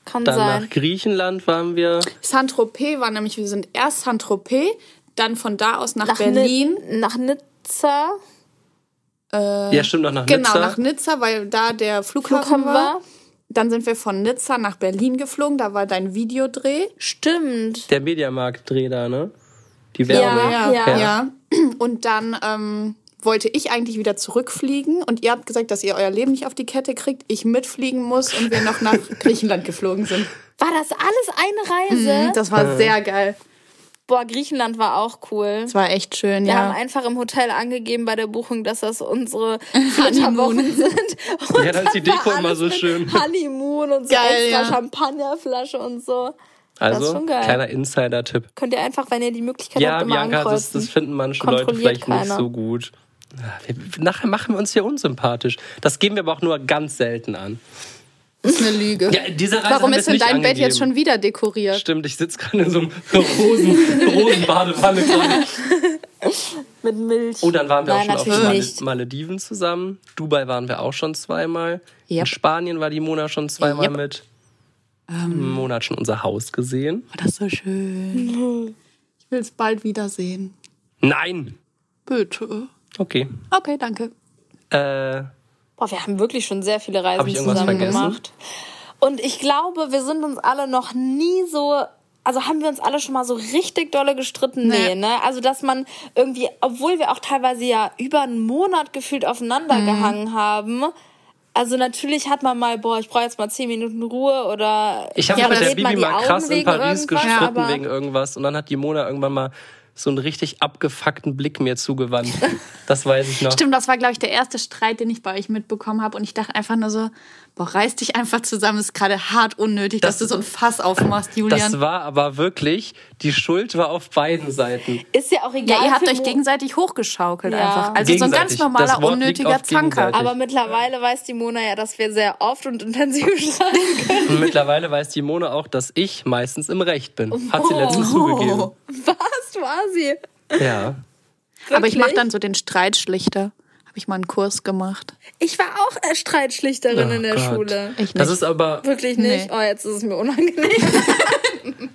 kann Dann sein. nach Griechenland waren wir. Saint-Tropez war nämlich, wir sind erst Saint-Tropez, dann von da aus nach, Nach Berlin. Ni nach Nizza Äh, ja, stimmt, noch nach Genau, Nizza. nach Nizza, weil da der Flughafen, gekommen war. war. Dann sind wir von Nizza nach Berlin geflogen, da war dein Videodreh. Stimmt. der Mediamarkt-Dreh da, ne? Die Ja, Werbung. ja. ja. Und dann ähm, wollte ich eigentlich wieder zurückfliegen und ihr habt gesagt, dass ihr euer Leben nicht auf die Kette kriegt, ich mitfliegen muss und wir noch nach Griechenland geflogen sind. War das alles eine Reise? Mhm, Das Äh. war sehr geil. Boah, Griechenland war auch cool. Das war echt schön, Wir ja. haben einfach im Hotel angegeben bei der Buchung, dass das unsere Flitterwochen sind. Und Ja, da ist die dann war Deko immer alles so mit schön. Honeymoon und so Geil, extra ja. Champagnerflasche und so. das ist Also, schon geil. kleiner Insider-Tipp. Könnt ihr einfach, wenn ihr die Möglichkeit Ja, habt, immer Bianca, das, ankreuzen. das finden manche Leute Kontrolliert vielleicht nicht keiner. so gut. Ah, wir- Nachher machen wir uns hier unsympathisch. Das geben wir aber auch nur ganz selten an. Das ist eine Lüge. Ja, in dieser Reise haben Warum wir ist es denn nicht dein Bett angegeben. jetzt schon wieder dekoriert? Stimmt, ich sitze gerade in so einem Rosen, Rosenbadewanne gerade. Mit Milch. Oh, dann waren wir Nein, auch schon auf natürlich den nicht. Male- Malediven zusammen. Dubai waren wir auch schon zweimal. In Yep. Spanien war die Mona schon zweimal Yep. mit. Hm, Mona hat schon unser Haus gesehen. Oh, das ist so schön. Ich will es bald wiedersehen. Nein! Bitte. Okay. Okay, danke. Äh, Boah, wir haben wirklich schon sehr viele Reisen Hab ich irgendwas zusammen vergessen? gemacht. Und ich glaube, wir sind uns alle noch nie so. Also haben wir uns alle schon mal so richtig dolle gestritten? Nee, Nee. ne? Also, dass man irgendwie, obwohl wir auch teilweise ja über einen Monat gefühlt aufeinander Mhm. gehangen haben. Also natürlich hat man mal, boah, ich brauche jetzt mal zehn Minuten Ruhe oder ich habe Ja, mich aber mit der dreht man Bibi die mal Augen krass in wegen Paris irgendwas, gestritten aber- wegen irgendwas und dann hat die Mona irgendwann mal so einen richtig abgefuckten Blick mir zugewandt. Das weiß ich noch. Stimmt, das war, glaube ich, der erste Streit, den ich bei euch mitbekommen habe. Und ich dachte einfach nur so, boah, reiß dich einfach zusammen. Ist gerade hart unnötig, dass du so ein Fass aufmachst, Das Julian. war aber wirklich, die Schuld war auf beiden Seiten. Ist ja auch egal. Ja, ihr habt für euch Mo- gegenseitig hochgeschaukelt Ja. einfach. Also so ein ganz Gegenseitig. Das normaler, Wort liegt auf unnötiger Zanker. gegenseitig. Aber mittlerweile weiß die Mona ja, dass wir sehr oft und intensiv streiten. Und mittlerweile weiß die Mona auch, dass ich meistens im Recht bin. Hat sie letztens Oh. zugegeben. Was war sie? Ja. Aber ich mache Wirklich? dann so den Streit schlichter. Habe ich mal einen Kurs gemacht. Ich war auch äh, Streitschlichterin in der Oh Gott. Schule. Ich Das nicht. ist aber. Wirklich nicht. Nee. Oh, jetzt ist es mir unangenehm.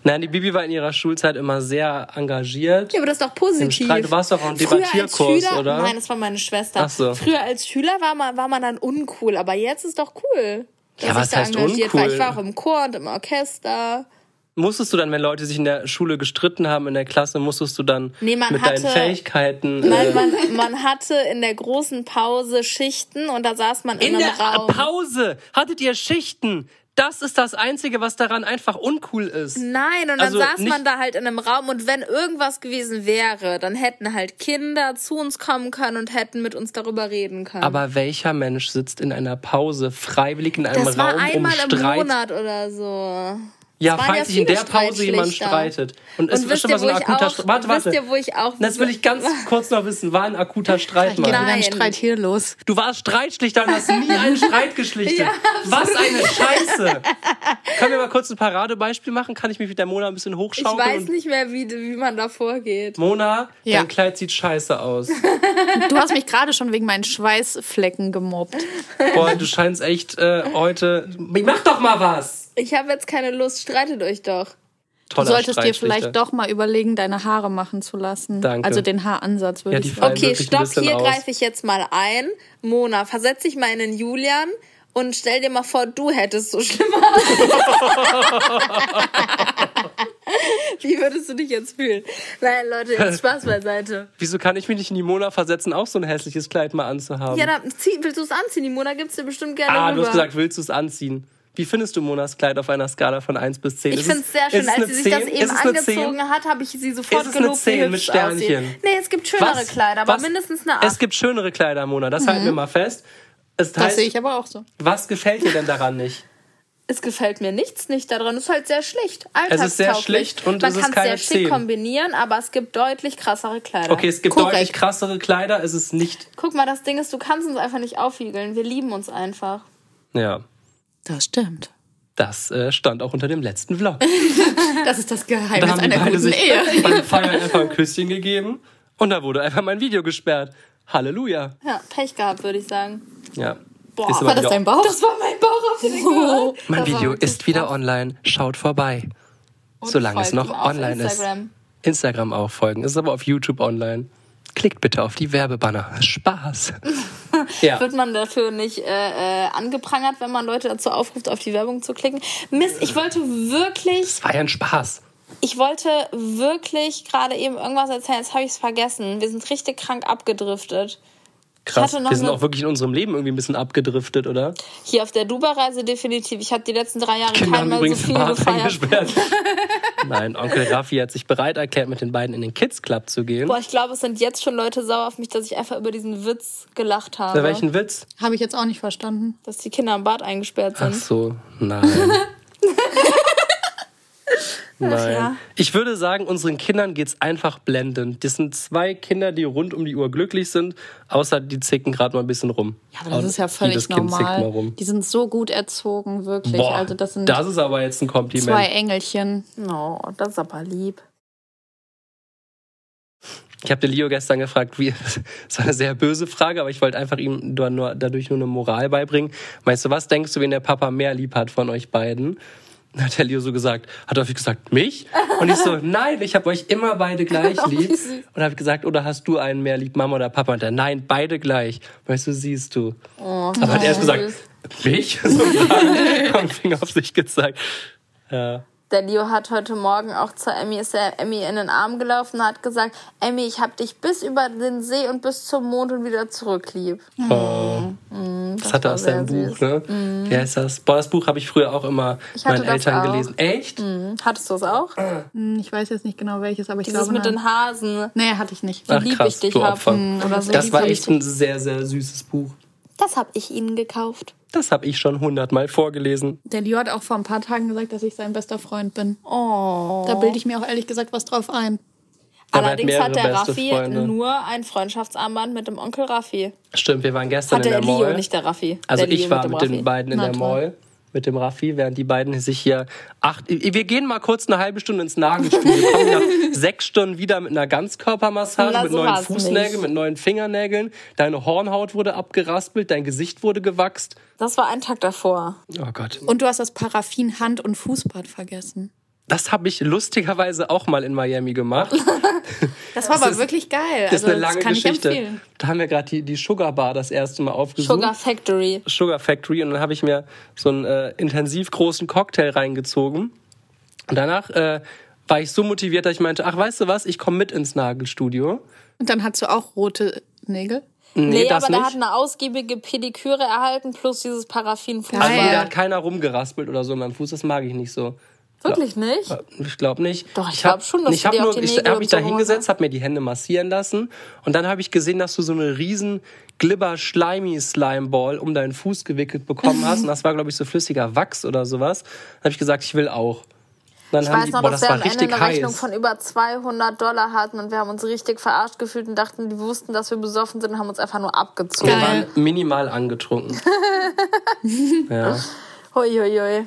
Nein, die Bibi war in ihrer Schulzeit immer sehr engagiert. Ja, aber das ist doch Im positiv. Streit, du warst doch auch im Früher als Debattierkurs, Schüler, oder? Nein, das war meine Schwester. Ach so. Früher als Schüler war man, war man dann uncool, aber jetzt ist doch cool. Ja, dass was ich da heißt engagiert War. uncool? Ich war auch im Chor und im Orchester. Musstest du dann, wenn Leute sich in der Schule gestritten haben, in der Klasse, musstest du dann Nee, man mit deinen hatte- Fähigkeiten. äh, Nein, man, man hatte in der großen Pause Schichten und da saß man in, in der einem Raum. äh, Pause hattet ihr Schichten. Das ist das Einzige, was daran einfach uncool ist. Nein, und dann Also saß man nicht- da halt in einem Raum und wenn irgendwas gewesen wäre, dann hätten halt Kinder zu uns kommen können und hätten mit uns darüber reden können. Aber welcher Mensch sitzt in einer Pause freiwillig in einem das war Raum einmal um im Streit? Monat oder so. Ja, waren falls ja sich in viele der Pause jemand Streitschlichter. streitet. Und es Und ist wisst schon mal ihr, so wo ein ich akuter auch- Streit. Warte, warte. wisst ihr, wo ich auch- das will ich ganz kurz noch wissen. War ein akuter Streit Geht wieder mal. Nein. ein Streit hier los. Du warst Streitschlichter und hast nie einen Streit geschlichtet. Was eine Scheiße. Können wir mal kurz ein Paradebeispiel machen? Kann ich mich mit der Mona ein bisschen Ich hochschaukeln? weiß Und nicht mehr, wie, wie man da vorgeht. Mona, Ja. dein Kleid sieht scheiße aus. Du hast mich gerade schon wegen meinen Schweißflecken gemobbt. Boah, du scheinst echt äh, heute... Mach doch mal was! Ich habe jetzt keine Lust, streitet euch doch. Du Toller solltest dir Streitschlichter. vielleicht doch mal überlegen, deine Haare machen zu lassen. Danke. Also den Haaransatz würde Ja, die ich Fallen sagen. Okay, wirklich ein stopp, bisschen hier aus. greife ich jetzt mal ein. Mona, versetz dich mal in den Julian und stell dir mal vor, du hättest so schlimm Wie würdest du dich jetzt fühlen? Nein, Leute, jetzt Spaß beiseite. Wieso kann ich mich nicht in die Mona versetzen, auch so ein hässliches Kleid mal anzuhaben? Ja, dann zieh, willst du es anziehen? Die Mona gibt's dir bestimmt gerne Ah, du rüber. hast gesagt, willst du es anziehen? Wie findest du Monas Kleid auf einer Skala von 1 bis 10? ich finde es sehr schön. Als sie sich das eben angezogen hat, habe ich sie Ist sofort es eine gelobt, wie 10 hübsch mit aussieht. Sternchen? Nee, es gibt schönere Kleider, aber mindestens eine Mhm. 8. Es gibt schönere Kleider, Mona, das halten wir mal fest. Es Das heißt, sehe ich aber auch so. Was gefällt dir denn daran nicht? es gefällt mir nichts nicht daran. Es ist halt sehr schlicht. Es ist sehr alltagstauglich. schlicht und Man es ist kann keine sehr schick 10. kombinieren, aber es gibt deutlich krassere Kleider. Okay, es gibt Korrekt. deutlich krassere Kleider, es ist nicht. Guck mal, das Ding ist, du kannst uns einfach nicht aufwiegeln. Wir lieben uns einfach. Ja, Das stimmt. das äh, stand auch unter dem letzten Vlog. Das ist das Da Geheimnis haben die einer beide guten sich Ehe. beim Feiern einfach ein Küsschen gegeben und da wurde einfach mein Video gesperrt. Halleluja. Ja, Pech gehabt, würde ich sagen. Ja. Boah, Ist aber War das wieder- dein Bauch? Das war mein Bauch auf den Gehirn. Das Mein war Video wirklich ist wieder krass. online. Schaut vorbei. Und solange es folgt noch ihm auf online Instagram. ist. Instagram auch folgen. Ist aber auf YouTube online. Klickt bitte auf die Werbebanner. Spaß. ja. Wird man dafür nicht äh, äh, angeprangert, wenn man Leute dazu aufruft, auf die Werbung zu klicken? Mist, ich wollte wirklich Es war ja ein Spaß. Ich wollte wirklich gerade eben irgendwas erzählen, jetzt habe ich es vergessen. Wir sind richtig krank abgedriftet. Krass. hatte noch Wir sind ne- auch wirklich in unserem Leben irgendwie ein bisschen abgedriftet, oder? Hier auf der Dubai-Reise definitiv. Ich habe die letzten drei Jahre Kinder haben keinmal so Genau, übrigens viel hart gefeiert. eingesperrt. Nein, Onkel Raffi hat sich bereit erklärt, mit den beiden in den Kids Club zu gehen. Boah, ich glaube, es sind jetzt schon Leute sauer auf mich, dass ich einfach über diesen Witz gelacht Na, habe. welchen Witz? Habe ich jetzt auch nicht verstanden. Dass die Kinder im Bad eingesperrt Ach sind. so, nein. Nein. ja. Ich würde sagen, unseren Kindern geht's einfach blendend. Das sind zwei Kinder, die rund um die Uhr glücklich sind, außer die zicken gerade mal ein bisschen rum. Ja, aber Ah, das Und ist ja völlig jedes Kind zickt mal normal. rum. Die sind so gut erzogen, wirklich. Boah, also das sind das ist aber jetzt ein Kompliment. zwei Engelchen. No, das ist aber lieb. Ich habe den Leo gestern gefragt, wie, das war eine sehr böse Frage, aber ich wollte einfach ihm da nur, dadurch nur eine Moral beibringen. Meinst du, was denkst du, wen der Papa mehr lieb hat von euch beiden? Dann hat der Leo so gesagt, hat Raffi gesagt, mich? Und ich so, nein, ich habe euch immer beide gleich lieb. Und habe gesagt, oder hast du einen mehr lieb, Mama oder Papa? Und er, nein, beide gleich. Weißt du, siehst du. aber hat er erst gesagt, mich? So und Finger auf sich gezeigt. Ja. Der Leo hat heute Morgen auch zur Emmy, ist der Emmy in den Arm gelaufen und hat gesagt, Emmy, ich hab dich bis über den See und bis zum Mond und wieder zurück lieb. Oh. das, Mhm. hat er war aus seinem sehr Mhm. Buch, ne? Wie heißt das? Boah, das Buch habe ich früher auch immer Ich hatte meinen das Eltern auch. gelesen. Echt? Hm, Hattest du es auch? Hm, Ich weiß jetzt nicht genau welches, aber ich Dieses glaube. mit den Hasen. nee, hatte ich nicht. Wie Ach, lieb krass, ich dich du hab. Opfer. Hm, Oder so Das lieb war ich echt ein sehr, sehr süßes Buch. Das habe ich ihnen gekauft. Das habe ich schon hundertmal vorgelesen. Der Leo hat auch vor ein paar Tagen gesagt, dass ich sein bester Freund bin. Oh. Da bilde ich mir auch ehrlich gesagt was drauf ein. Aber er hat Allerdings hat mehrere der beste Raffi Freunde. nur ein Freundschaftsarmband mit dem Onkel Raffi. Stimmt, wir waren gestern Hatte in der der Leo, Mall. nicht der Raffi. also der ich Leo war mit, den Raffi. beiden in Na der toll. Mall. Mit dem Raffi, während die beiden sich hier acht. Wir gehen mal kurz eine halbe Stunde ins Nagelstudio. Wir kommen nach sechs Stunden wieder mit einer Ganzkörpermassage, Na, mit so neuen war's Fußnägeln, nicht. mit neuen Fingernägeln. Deine Hornhaut wurde abgeraspelt, dein Gesicht wurde gewachst. Das war ein Tag davor. Oh Gott. Und du hast das Paraffin Hand- und Fußbad vergessen. Das habe ich lustigerweise auch mal in Miami gemacht. Das war aber wirklich geil. Das ist also, eine lange das kann ich Geschichte. empfehlen. Da haben wir gerade die, die Sugar Bar das erste Mal aufgesucht. Sugar Factory. Sugar Factory und dann habe ich mir so einen äh, intensiv großen Cocktail reingezogen. Und danach äh, war ich so motiviert, dass ich meinte, ach weißt du was, ich komme mit ins Nagelstudio. Und dann hast du auch rote Nägel. Nee, Nee, das aber der hat nicht. eine ausgiebige Pediküre erhalten plus dieses Paraffinfußball. Also Geil. da hat keiner rumgeraspelt oder so in meinem Fuß, das mag ich nicht so. Wirklich nicht? Ich glaube nicht. Doch, ich hab- glaub schon, dass ich du habe dir auch nur, die ich Nägel habe und mich so da hingesetzt, habe mir die Hände massieren lassen und dann habe ich gesehen, dass du so eine riesen glibber schleimy Slimeball um deinen Fuß gewickelt bekommen hast und das war glaube ich so flüssiger Wachs oder sowas. Dann habe ich gesagt, ich will auch. Dann Ich haben weiß die, noch, boah, dass das wir am war Ende richtig eine Rechnung heiß. von über 200 Dollar hatten und wir haben uns richtig verarscht gefühlt und dachten, die wussten, dass wir besoffen sind und haben uns einfach nur abgezogen. Wir Geil. waren minimal angetrunken. ja. Hui, hui, hui.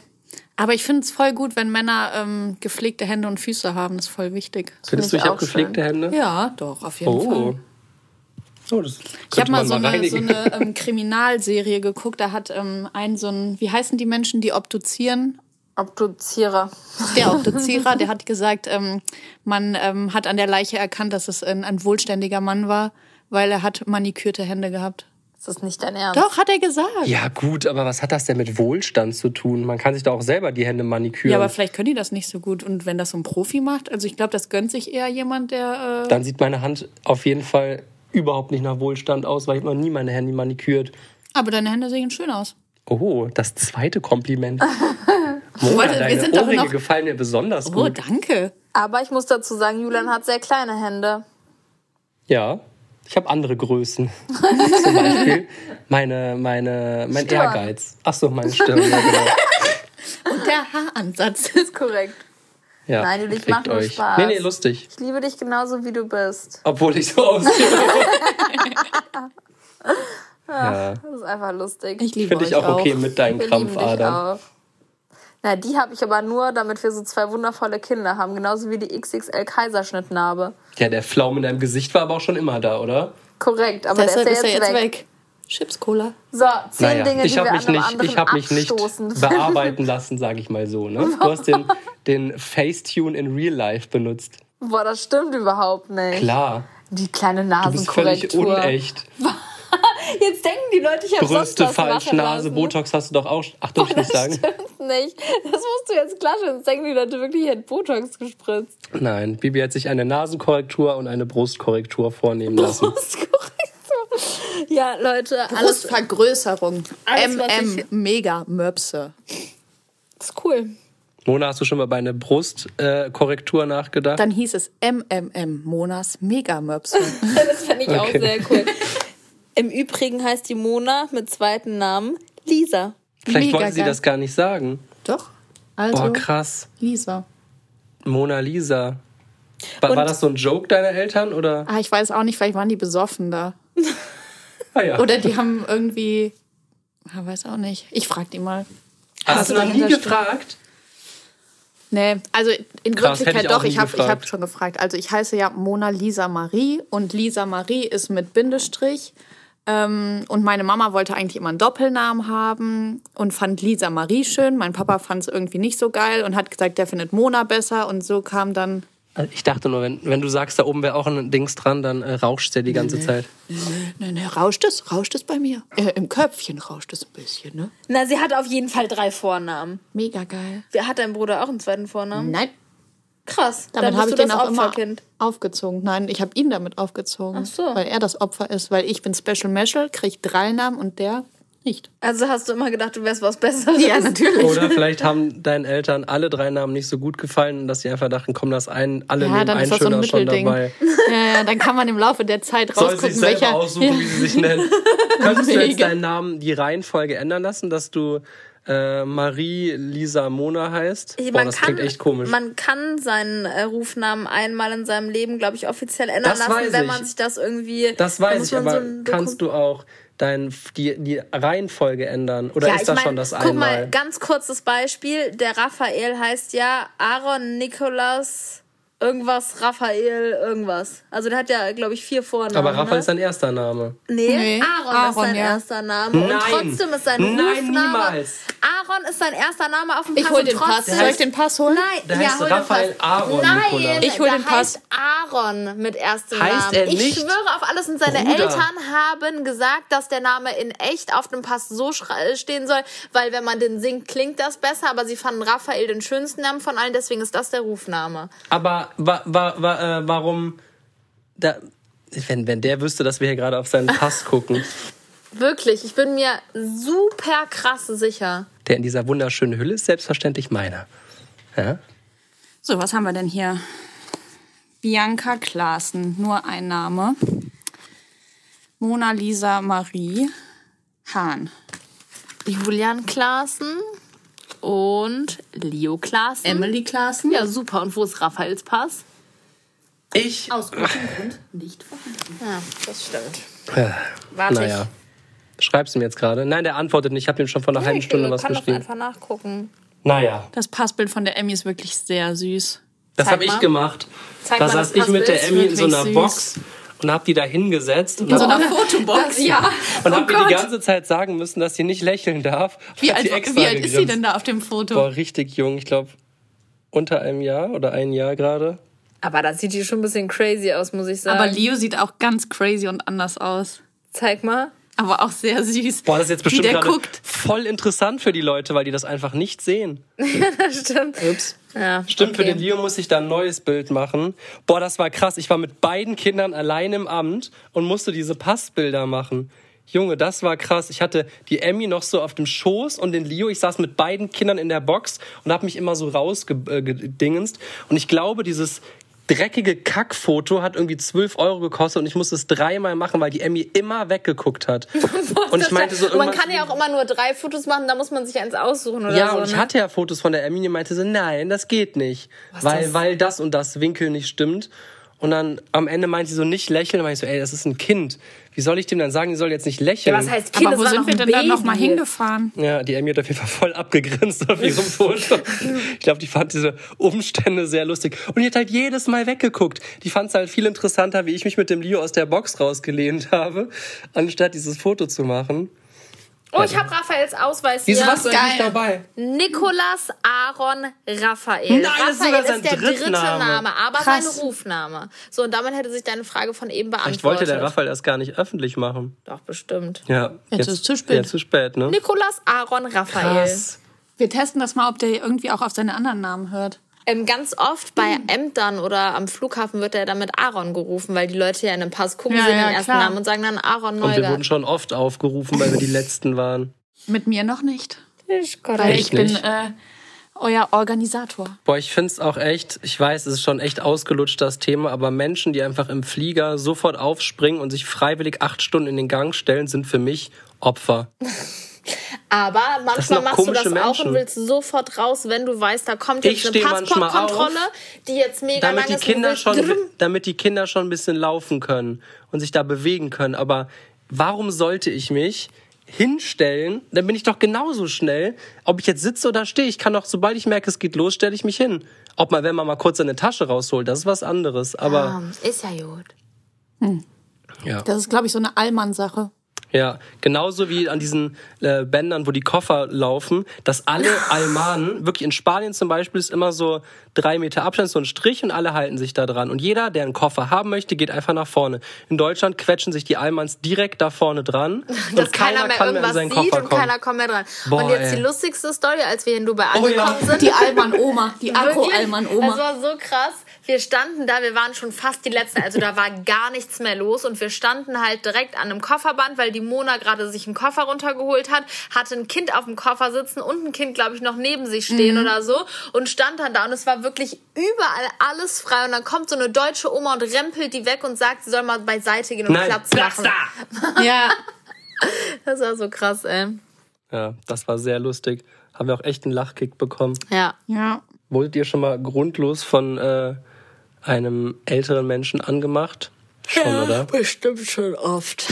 Aber ich finde es voll gut, wenn Männer ähm, gepflegte Hände und Füße haben. Das ist voll wichtig. Findest du, ich ich habe auch gepflegte Hände? Ja, doch, auf jeden Oh. Fall. oh, das Ich habe könnte mal man so eine, so reinigen. eine ähm, Kriminalserie geguckt. Da hat ähm, ein so ein, wie heißen die Menschen, die obduzieren? Obduzierer. Der Obduzierer, der hat gesagt, ähm, man ähm, hat an der Leiche erkannt, dass es ein, ein wohlständiger Mann war, weil er hat manikürte Hände gehabt. Ist das nicht dein Ernst? Doch, hat er gesagt. Ja, Ja gut, aber was hat das denn mit Wohlstand zu tun? Man kann sich da auch selber die Hände maniküren. aber vielleicht können die das nicht so gut. Und wenn das so ein Profi macht, also ich glaube, das gönnt sich eher jemand, der. Äh, dann sieht meine Hand auf jeden Fall überhaupt nicht nach Wohlstand aus, weil ich noch nie meine Hände manikürt. aber deine Hände sehen schön aus. Oh, das zweite Kompliment. Mona, Warte, wir deine sind doch Ohrringe noch- gefallen mir besonders Oh, gut. danke. Aber ich muss dazu sagen, Julian hat sehr kleine Hände. Ja, ich habe andere Größen. Zum Beispiel meine, meine, mein Stirn. Ehrgeiz. Ach so, meine Stirn. Ja, genau. Der Haaransatz ist korrekt. Ja, Nein, ich kriegt mach nur Spaß. Nee, nee, lustig. Ich liebe dich genauso, wie du bist. Obwohl ich so aussehe. ja, Das ist einfach lustig. Ich liebe finde ich euch auch okay mit deinen Wir lieben dich Krampfadern. auch. Na, die habe ich aber nur, damit wir so zwei wundervolle Kinder haben. Genauso wie die XXL Kaiserschnittnarbe. Ja, der Flaum in deinem Gesicht war aber auch schon immer da, oder? Korrekt, aber Deshalb der ist ja jetzt, weg. Chips Cola. So, zehn Dinge, ich die wir habe an mich einem nicht, anderen ich hab mich nicht abstoßen. bearbeiten lassen, sage ich mal so. Ne? Du hast den, den Facetune in Real Life benutzt. Boah, das stimmt überhaupt nicht. Klar, Die kleine du bist völlig Nasenkorrektur. unecht. Jetzt denken die Leute, ich habe sonst Brüste was falsch, machen Nase, lassen. ne? Botox hast du doch auch. Ach, darf ich Das nicht sagen? stimmt nicht. Das musst du jetzt klatschen. Jetzt denken die Leute wirklich, ich hätte Botox gespritzt. Nein, Bibi hat sich eine Nasenkorrektur und eine Brustkorrektur vornehmen lassen. Das ist korrekt. Ja, Leute, alles Brustvergrößerung. Alles, was MM, ich- mega Möpse. ist cool. Mona, hast du schon mal bei einer Brustkorrektur äh, Korrektur nachgedacht? Dann hieß es MMM, Monas mega Möpse. Das fand ich auch Okay. sehr cool. Im Übrigen heißt die Mona mit zweiten Namen Lisa. Vielleicht mega wollte sie geil. das gar nicht sagen. Doch. Also, Boah, krass. Lisa. Mona Lisa. War, Und- war das so ein Joke deiner Eltern oder? Ah, ich weiß auch nicht, vielleicht waren die besoffen da. Ah, ja. Oder die haben irgendwie. Ah, weiß auch nicht. Ich frag die mal. hast, hast du du noch nie dahinter gefragt? Nee, also in Krass, hätte Wirklichkeit ich auch doch, ich nie habe gefragt. hab schon gefragt. Also ich heiße ja Mona Lisa Marie und Lisa Marie ist mit Bindestrich. Ähm, und meine Mama wollte eigentlich immer einen Doppelnamen haben und fand Lisa Marie schön. Mein Papa fand es irgendwie nicht so geil und hat gesagt, der findet Mona besser. Und so kam dann, Also Ich dachte nur, wenn, wenn du sagst, da oben wäre auch ein Dings dran, dann äh, rauscht der die ganze Zeit. ne, ne, rauscht es, rauscht es bei mir. Äh, Im Köpfchen rauscht es ein bisschen, ne? Na, sie hat auf jeden Fall drei Vornamen. Mega geil. Hat dein Bruder auch einen zweiten Mhm. Vornamen? Nein, Krass. damit dann habe ich bist den du auch das immer Opferkind. aufgezogen. Nein, ich habe ihn damit aufgezogen, Ach so. weil er das Opfer ist. Weil ich bin Special Meshel, kriege drei Namen und der nicht. Also hast du immer gedacht, du wärst was Besseres. natürlich. Oder vielleicht haben deinen Eltern alle drei Namen nicht so gut gefallen, und dass sie einfach dachten, komm, das einen, alle Ja, nehmen dann einen ist das so ein schöner schon Mittelding. dabei. Ja, ja, dann kann man im Laufe der Zeit Soll sie rausgucken, sich selber welcher. aussuchen, wie sie sich nennen. Könntest du jetzt Mega. deinen Namen die Reihenfolge ändern lassen, dass du äh, Marie Lisa Mona heißt? Ich- Boah, das klingt echt komisch. Man kann seinen äh, Rufnamen einmal in seinem Leben, glaube ich, offiziell ändern Das lassen, weiß wenn ich. man sich das irgendwie. das da weiß muss ich, man aber so ein kannst du auch dein, die, die Reihenfolge ändern? Oder Ja, ist ich das meine, schon das guck mal, einmal? ganz kurzes Beispiel. Der Raphael heißt ja Aaron Nikolas irgendwas, Raphael irgendwas. Also der hat ja, glaube ich, vier Vornamen. aber Raphael ne? ist dein erster Name. Nee, Nee, Aaron, ist Aaron, sein ja. erster Name. Nein. Und trotzdem ist sein Nein, Rufname. niemals. Aaron ist sein erster Name auf dem Pass. Ich hol und den Pass. trotzdem- Also Soll ich den Pass holen? Nein, Der ja, heißt hol den Raphael Pass. Aaron Nein, Nikolas. Ich hol der den Pass. heißt Aaron mit erstem Heißt Namen. er ich nicht? schwöre auf alles und seine Bruder. Eltern haben gesagt, dass der Name in echt auf dem Pass so schra- stehen soll, weil wenn man den singt, klingt das besser, aber sie fanden Raphael den schönsten Namen von allen, deswegen ist das der Rufname. Aber wa, wa, wa, äh, warum? Da, wenn, wenn der wüsste, dass wir hier gerade auf seinen Pass gucken, Wirklich, ich bin mir super krass sicher. der in dieser wunderschönen Hülle ist, selbstverständlich meiner. Ja? So, was haben wir denn hier? Bianca Klaassen, nur ein Name. Mona Lisa Marie Hahn. Julian Klaassen und Leo Klaassen. Emily Klaassen? Ja, super. Und wo ist Raphaels Pass? Ich. Aus gutem Grund nicht vorhanden. Ja, das stimmt. Warte Naja. Äh, Schreibst du mir jetzt gerade? Nein, der antwortet nicht. Ich habe ihm schon vor einer halben Stunde was kann geschrieben. einfach nachgucken. Naja, Das Passbild von der Emmy ist wirklich sehr süß. das Zeig habe ich mal. gemacht. Zeig da mal, das saß ich mit Passbild der ist Emmy in so wirklich einer süß. Box und habe die da hingesetzt und habe einer Fotobox? ja. und hab ihr die ganze Zeit sagen müssen, dass sie nicht lächeln darf. Oh wie Hat alt, sie extra wie alt ist sie gegrinst. denn da auf dem Foto? Boah, richtig jung. Ich glaube, unter einem Jahr oder ein Jahr gerade. Aber das sieht hier schon ein bisschen crazy aus, muss ich sagen. Aber Leo sieht auch ganz crazy und anders aus. Zeig mal. Aber auch sehr süß. Boah, das ist jetzt bestimmt Wie der gerade guckt. voll interessant für die Leute, weil die das einfach nicht sehen. Stimmt. Ups. Ja, Stimmt, für okay. den Leo muss ich da ein neues Bild machen. Boah, das war krass. Ich war mit beiden Kindern allein im Amt und musste diese Passbilder machen. Junge, das war krass. Ich hatte die Emmy noch so auf dem Schoß und den Leo. Ich saß mit Äh, beiden Kindern in der Box und habe mich immer so rausgedingenst. Und ich glaube, dieses dreckige Kackfoto hat irgendwie 12 Euro gekostet und ich musste es dreimal machen, weil die Emmy immer weggeguckt hat. und ich meinte so man irgendwann- kann ja auch immer nur drei Fotos machen, da muss man sich eins aussuchen oder ja, so. und ich ne? hatte ja Fotos von der Emmy, die meinte so, nein, das geht nicht, weil, das? weil das und das Winkel nicht stimmt. Und dann am Ende meinte sie so, nicht lächeln. Und meinte ich so, ey, das ist ein Kind. Wie soll ich dem dann sagen, die soll jetzt nicht lächeln? Ja, was heißt Kind? Aber das wo war sind noch wir ein denn dann Baby. nochmal hingefahren? Ja, die Emmy hat auf jeden Fall voll abgegrinst auf ihrem Foto. Ich glaube, die fand diese Umstände sehr lustig. Und die hat halt jedes Mal weggeguckt. Die fand es halt viel interessanter, wie ich mich mit dem Leo aus der Box rausgelehnt habe, anstatt dieses Foto zu machen. Oh, ich habe Raphaels Ausweis hier. Wieso warst du geil. eigentlich dabei? Nikolas Aaron Raphael. Nein, das ist sogar Raphael sein ist der dritte Drittname. Name, aber Krass. sein Rufname. So, und damit hätte sich deine Frage von eben beantwortet. Ich wollte der Raphael das gar nicht öffentlich machen. Doch, bestimmt. Ja. Jetzt ist es zu spät. Ja, zu spät, ne? Nikolas Aaron Raphael. Krass. Wir testen das mal, ob der irgendwie auch auf seine anderen Namen hört. Ähm, ganz oft bei Ämtern oder am Flughafen wird er damit Aaron gerufen, weil die Leute ja in einem Pass gucken, Ja, sehen ja, den ersten klar. Namen und sagen dann Aaron Und wir wurden Neugart. schon oft aufgerufen, weil wir die Letzten waren. Mit mir noch nicht. Weil Weil ich Echt bin nicht? äh, euer Organisator. Boah, ich find's auch echt, ich weiß, es ist schon echt ausgelutscht, das Thema, aber Menschen, die einfach im Flieger sofort aufspringen und sich freiwillig acht Stunden in den Gang stellen, sind für mich Opfer. Aber sind manchmal doch machst du das komische auch Menschen. und willst sofort raus, wenn du weißt, da kommt Ich jetzt eine steh manchmal Passportkontrolle, auf, die jetzt mega lang Damit die, ist. und Kinder willst- schon, Drrrm. damit die Kinder schon ein bisschen laufen können und sich da bewegen können. Aber warum sollte ich mich hinstellen? Dann bin ich doch genauso schnell. Ob ich jetzt sitze oder stehe, ich kann doch, sobald ich merke, es geht los, stelle ich mich hin. Ob man, wenn man mal kurz seine Tasche rausholt, das ist was anderes. Aber Ah, ist ja gut. ja. Das ist, glaube ich, so eine Allmann-Sache. Ja, genauso wie an diesen äh, Bändern, wo die Koffer laufen, dass alle Almanen, wirklich in Spanien zum Beispiel, ist immer so drei Meter Abstand, so ein Strich und alle halten sich da dran. Und jeder, der einen Koffer haben möchte, geht einfach nach vorne. In Deutschland quetschen sich die Almans direkt da vorne dran dass und keiner, keiner, mehr kann mehr irgendwas an seinen sieht Koffer und kommen. keiner kommt mehr dran. Boah, und jetzt ey. die lustigste Story, als wir in Dubai Oh ja. angekommen sind. Die Allmann-Oma, die Wirklich? Also- Das Agro-Allmann-Oma. war so krass. Wir standen da, wir waren schon fast die Letzten, also da war gar nichts mehr los und wir standen halt direkt an einem Kofferband, weil die Mona gerade sich einen Koffer runtergeholt hat, hatte ein Kind auf dem Koffer sitzen und ein Kind, glaube ich, noch neben sich stehen oder so und stand dann da und es war wirklich überall alles frei und dann kommt so eine deutsche Oma und rempelt die weg und sagt, sie soll mal beiseite gehen und Nein, Platz Platz machen. da! Ja, Das war so krass, ey. Ja, das war sehr lustig. Haben wir auch echt einen Lachkick bekommen. Ja. ja. Wurdet ihr schon mal grundlos von äh, einem älteren Menschen angemacht? Schon, oder? Bestimmt schon oft.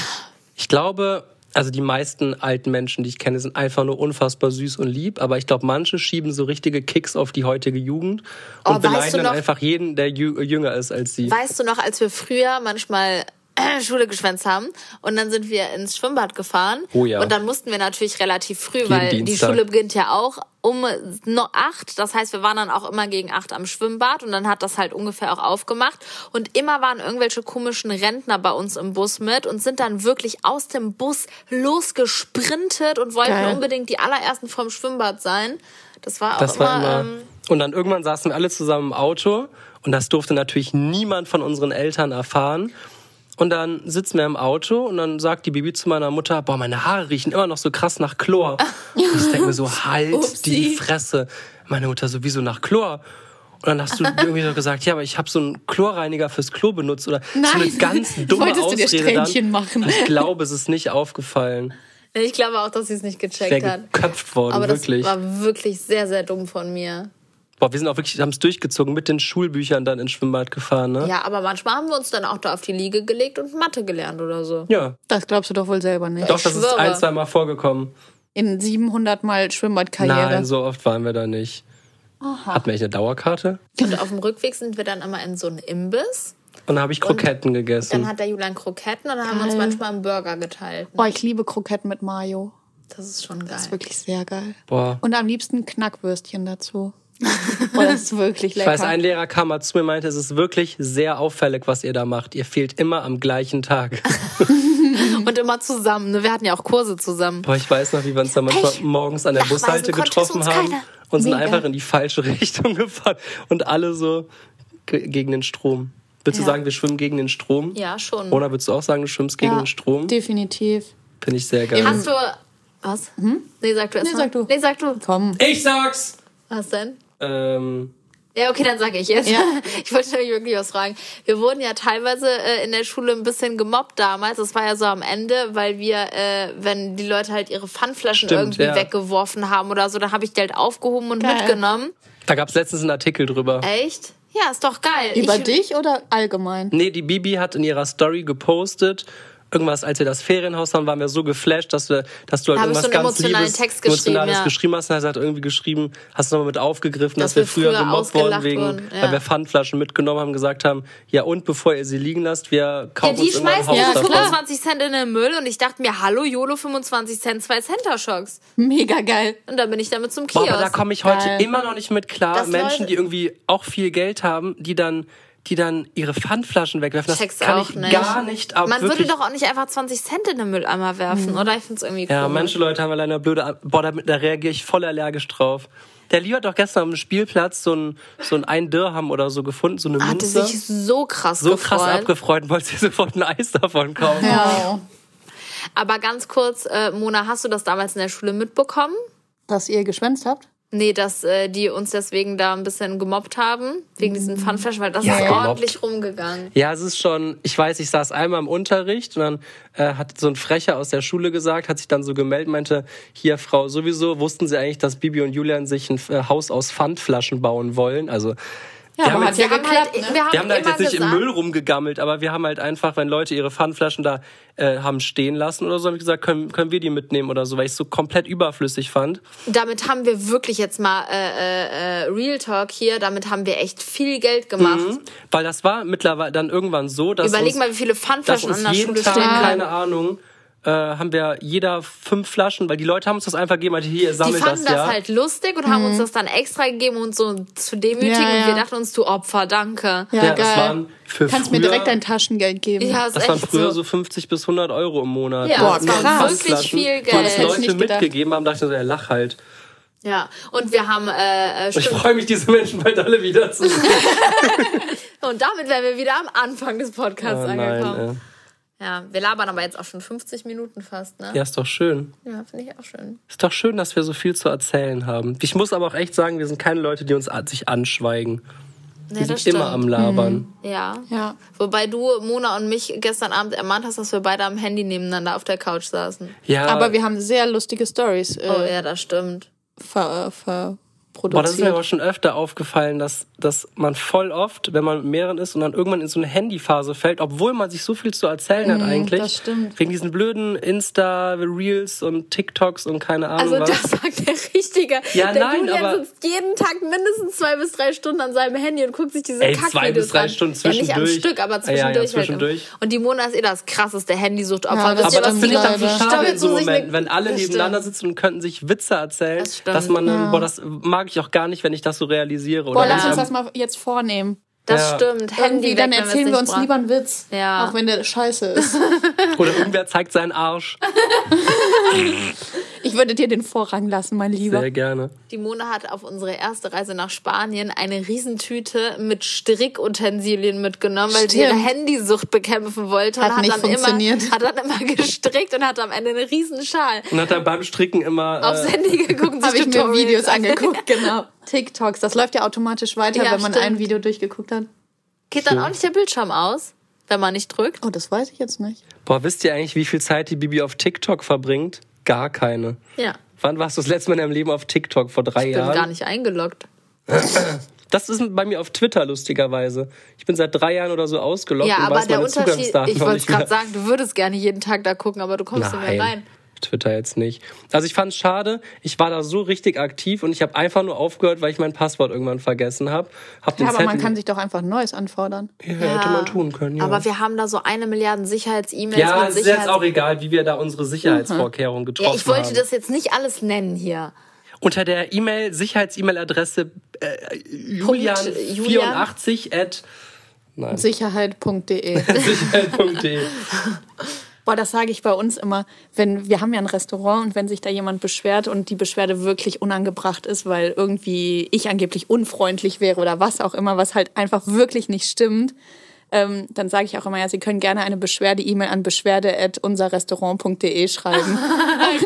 Ich glaube, also die meisten alten Menschen, die ich kenne, sind einfach nur unfassbar süß und lieb, aber ich glaube, manche schieben so richtige Kicks auf die heutige Jugend und Oh, weißt beneiden du dann noch- einfach jeden, der jü- jünger ist als sie. Weißt du noch, als wir früher manchmal äh, Schule geschwänzt haben und dann sind wir ins Schwimmbad gefahren Oh ja. und dann mussten wir natürlich relativ früh, weil die Dienstag. Schule beginnt ja auch um no- acht, das heißt, wir waren dann auch immer gegen acht am Schwimmbad und dann hat das halt ungefähr auch aufgemacht und immer waren irgendwelche komischen Rentner bei uns im Bus mit und sind dann wirklich aus dem Bus losgesprintet und wollten Geil. unbedingt die allerersten vom Schwimmbad sein. Das war auch Das immer, war immer. Ähm, und dann irgendwann saßen wir alle zusammen im Auto und das durfte natürlich niemand von unseren Eltern erfahren. Und dann sitzen wir im Auto und dann sagt die Bibi zu meiner Mutter, boah, meine Haare riechen immer noch so krass nach Chlor. Und ich denke mir so, halt die Upsi. Fresse. Meine Mutter sowieso nach Chlor. Und dann hast du irgendwie so gesagt, ja, aber ich habe so einen Chlorreiniger fürs Klo benutzt oder so eine Nein. ganz dumme Wolltest du dir Ausrede dann. Strähnchen machen? Ich glaube, es ist nicht aufgefallen. ich glaube auch, dass sie es nicht Ich gecheckt wäre hat. geköpft worden, Aber das Oh, wirklich. war wirklich sehr, sehr dumm von mir. Boah, wir sind auch wirklich, haben es durchgezogen, mit den Schulbüchern dann ins Schwimmbad gefahren, ne? Ja, aber manchmal haben wir uns dann auch da auf die Liege gelegt und Mathe gelernt oder so. Ja. das glaubst du doch wohl selber nicht. Doch, das ist schwöre. ein, zwei Mal vorgekommen. In 700 Mal Nein, Schwimmbadkarriere. so oft waren wir da nicht. Hatten wir echt eine Dauerkarte? Und auf dem Rückweg sind wir dann immer in so einen Imbiss. Und dann habe ich Kroketten Dann gegessen. hat der Julian Kroketten und dann haben wir uns Geil. manchmal einen Burger geteilt. Boah, ich liebe Kroketten mit Mayo. Das ist schon Das ist geil. wirklich sehr geil. Boah. Und am liebsten Knackwürstchen dazu. Boah, das ist wirklich Ich lecker. weiß, ein Lehrer kam mal zu mir und meinte, es ist wirklich sehr auffällig, was ihr da macht. Ihr fehlt immer am gleichen Tag. Und immer zusammen. Ne? Wir hatten ja auch Kurse zusammen. Boah, ich weiß noch, wie wir uns da manchmal Pech. morgens an der Nachweisen Bushalte konnte es getroffen uns haben keiner. und sind Mega. einfach in die falsche Richtung gefahren. Und alle so ge- gegen den Strom. Willst du Ja. sagen, wir schwimmen gegen den Strom? Ja, schon. Oder würdest du auch sagen, du schwimmst gegen Ja, den Strom? Definitiv. Finde ich sehr geil. Hast du. Was? Hm? Nee, sag du erst Nee, mal. sag du. Nee, sag du. Komm. Ich sag's! Was denn? Ähm, Ja, okay, dann sage ich jetzt. Ja. Ich wollte nämlich wirklich was fragen. Wir wurden ja teilweise äh, in der Schule ein bisschen gemobbt damals. Das war ja so am Ende, weil wir, äh, wenn die Leute halt ihre Pfandflaschen Stimmt, irgendwie ja. weggeworfen haben oder so, dann habe ich die halt aufgehoben und Geil. mitgenommen. Da gab es letztens einen Artikel drüber. Echt? Ja, ist doch geil. Über ich, dich oder allgemein? Nee, die Bibi hat in ihrer Story gepostet, irgendwas, als wir das Ferienhaus haben, waren wir so geflasht, dass, wir, dass du halt Da habe ich so irgendwas einen ganz emotionalen Liebes, Text geschrieben, Emotionales ja. geschrieben hast. Und er hat irgendwie geschrieben, hast du nochmal mit aufgegriffen, dass, Dass wir wir früher früher gemobbt wurden, ausgelacht wegen, wurden, ja. weil wir Pfandflaschen mitgenommen haben, gesagt haben, ja und, bevor ihr sie liegen lasst, wir ja, kaufen die uns immer ein schmeißen Haus ja, davon. 25 Cent in den Müll und ich dachte mir, hallo, YOLO 25 Cent, zwei Center-Shocks. Mega geil. Und dann bin ich damit zum Boah, Kiosk. aber da komme ich heute Geil. immer noch nicht mit klar. Das Menschen, Leute- die irgendwie auch viel Geld haben, die dann, die dann ihre Pfandflaschen wegwerfen. Das Check's kann auch ich nicht. gar nicht ab. Man würde wirklich. Hm. doch auch nicht einfach 20 Cent in den Mülleimer werfen, oder? Ich find's irgendwie cool. Ja, manche Leute haben leider blöde. An Boah, da, da reagiere ich voll allergisch drauf. Der Leo hat doch gestern am Spielplatz so ein, so ein ein Dirham oder so gefunden, so eine Hatte Münze. Ah, sich so krass so gefreut. krass abgefreut und wollte sich sofort ein Eis davon kaufen. Ja. Aber ganz kurz, äh, Mona, hast du das damals in der Schule mitbekommen? Dass ihr geschwänzt habt? Nee, dass äh, die uns deswegen da ein bisschen gemobbt haben, wegen Mm. diesen Pfandflaschen, weil das Ja, ist gemobbt. ordentlich rumgegangen. Ja, es ist schon, ich weiß, ich saß einmal im Unterricht und dann äh, hat so ein Frecher aus der Schule gesagt, hat sich dann so gemeldet, meinte, hier Frau, sowieso wussten Sie eigentlich, dass Bibi und Julian sich ein äh, Haus aus Pfandflaschen bauen wollen? Also wir haben aber jetzt, hat ja Wir haben geklappt, halt, ne? wir haben wir haben da jetzt immer nicht gesagt, im Müll rumgegammelt, aber wir haben halt einfach, wenn Leute ihre Pfandflaschen da äh, haben stehen lassen oder so, habe ich gesagt, können, können wir die mitnehmen oder so, weil ich es so komplett überflüssig fand. damit haben wir wirklich jetzt mal äh, äh, äh, Real Talk hier, damit haben wir echt viel Geld gemacht. Weil das war mittlerweile dann irgendwann so, dass Überleg uns, mal, wie viele dass Pfandflaschen uns an der jeden Schule Tag, stehen. keine Ahnung, äh, haben wir jeder fünf Flaschen, weil die Leute haben uns das einfach gegeben, weil hier, Die sammelt fanden das, ja. halt lustig und haben uns das dann extra gegeben und so zu demütigen. Mhm. Ja, ja. Und wir dachten uns, du Opfer, danke. Ja, Ja, geil. das waren für Kannst mir früher- direkt dein Taschengeld geben. Ja, ist Das waren echt früher so. so. 50 bis 100 Euro im Monat. Ja, Boah, das war krass. wirklich viel Und das Geld. Hätte ich Leute nicht gedacht. mitgegeben haben, dachte ich so, ja, lach halt. Ja, und wir haben, äh, äh, Ich stimmt. freue mich, diese Menschen bald alle wieder zu sehen. und damit wären wir wieder am Anfang des Podcasts Oh angekommen. nein, Ja, wir labern aber jetzt auch schon 50 Minuten fast, ne? ey. Ja, ist doch schön. Ja, finde ich auch schön. Ist doch schön, dass wir so viel zu erzählen haben. Ich muss aber auch echt sagen, wir sind keine Leute, die uns a- sich anschweigen. Ja, Wir sind immer am Labern. Mhm. Ja. Ja. Wobei du, Mona und mich gestern Abend ermahnt hast, dass wir beide am Handy nebeneinander auf der Couch saßen. Ja, Aber wir haben sehr lustige Stories äh, Oh ja, das stimmt. ver, äh, verproduziert. Boah, das ist mir aber schon öfter aufgefallen, dass, dass man voll oft, wenn man mit mehreren ist und dann irgendwann in so eine Handyphase fällt, obwohl man sich so viel zu erzählen hat eigentlich. Mhm, das stimmt. Wegen diesen blöden Insta-Reels und TikToks und keine Ahnung Also was. das sagt der Richtige. Ja, der nein, Julian aber- sitzt jeden Tag mindestens zwei bis drei Stunden an seinem Handy und guckt sich diese Ey, Kackvideos zwei bis drei an. Stunden Ja, nicht zwischendurch. am Stück, aber Ja, ja, zwischendurch. halt. zwischendurch. Und die Mona ist eh das krasseste Handysuchtopfer. Ja, Wisst das ihr, aber was das die finde ich dann Leute- so schade in Stammeln so sich eine- Momenten, wenn alle Das nebeneinander stimmt. sitzen und könnten sich Witze erzählen, Das stimmt. dass man, dann- boah, das mag ich auch gar nicht, wenn ich das so realisiere. Boah, oder lass wenn uns ich- das mal jetzt vornehmen. Das Ja. stimmt. Handy Irgendwie, weg, dann wenn erzählen wir's wir nicht uns brauchen. lieber einen Witz. Ja. Auch wenn der scheiße ist. Oder irgendwer zeigt seinen Arsch. Ich würde dir den Vorrang lassen, mein Lieber. Sehr gerne. Die Mona hat auf unsere erste Reise nach Spanien eine Riesentüte mit Strickutensilien mitgenommen, weil sie ihre Stimmt. Handysucht bekämpfen wollte. und Hat nicht dann funktioniert. Immer, hat dann immer gestrickt und hat am Ende einen riesen Schal Und hat dann beim Stricken immer. aufs äh, Handy geguckt. und Habe sich ich mir Tutorials Videos angeguckt, genau. TikToks, das läuft ja automatisch weiter, Ja, wenn man stimmt. ein Video durchgeguckt hat. Geht dann auch nicht der Bildschirm aus, wenn man nicht drückt? Oh, das weiß ich jetzt nicht. boah, wisst ihr eigentlich, wie viel Zeit die Bibi auf TikTok verbringt? Gar keine. Ja. Wann warst du das letzte Mal in deinem Leben auf TikTok? Vor drei Ich bin Jahren? gar nicht eingeloggt. Das ist bei mir auf Twitter lustigerweise. Ich bin seit drei Jahren oder so ausgeloggt ja, und aber weiß der meine Unterschied, ich Zugangsdaten noch wollte es nicht mehr. gerade sagen, du würdest gerne jeden Tag da gucken, aber du kommst nicht Nein. mehr rein. Twitter jetzt nicht. Also ich fand es schade. Ich war da so richtig aktiv und ich habe einfach nur aufgehört, weil ich mein Passwort irgendwann vergessen habe. Hab den Ja, aber Zettel man kann sich doch einfach ein neues anfordern. ja, hätte man tun können. Ja, Aber wir haben da so eine Milliarden Sicherheits-E-Mails ja mit es ist jetzt Sicherheits... auch egal, wie wir da unsere Sicherheitsvorkehrungen getroffen ja, ich wollte haben. das jetzt nicht alles nennen hier. Unter der E-Mail Sicherheits-E-Mail-Adresse äh, Julian84 at Sicherheit.de. sicherheit.de. Boah, das sage ich bei uns immer, wenn wir haben ja ein Restaurant und wenn sich da jemand beschwert und die Beschwerde wirklich unangebracht ist, weil irgendwie ich angeblich unfreundlich wäre oder was auch immer, was halt einfach wirklich nicht stimmt, ähm, dann sage ich auch immer, ja, Sie können gerne eine Beschwerde-E-Mail an beschwerde.unserrestaurant.de schreiben.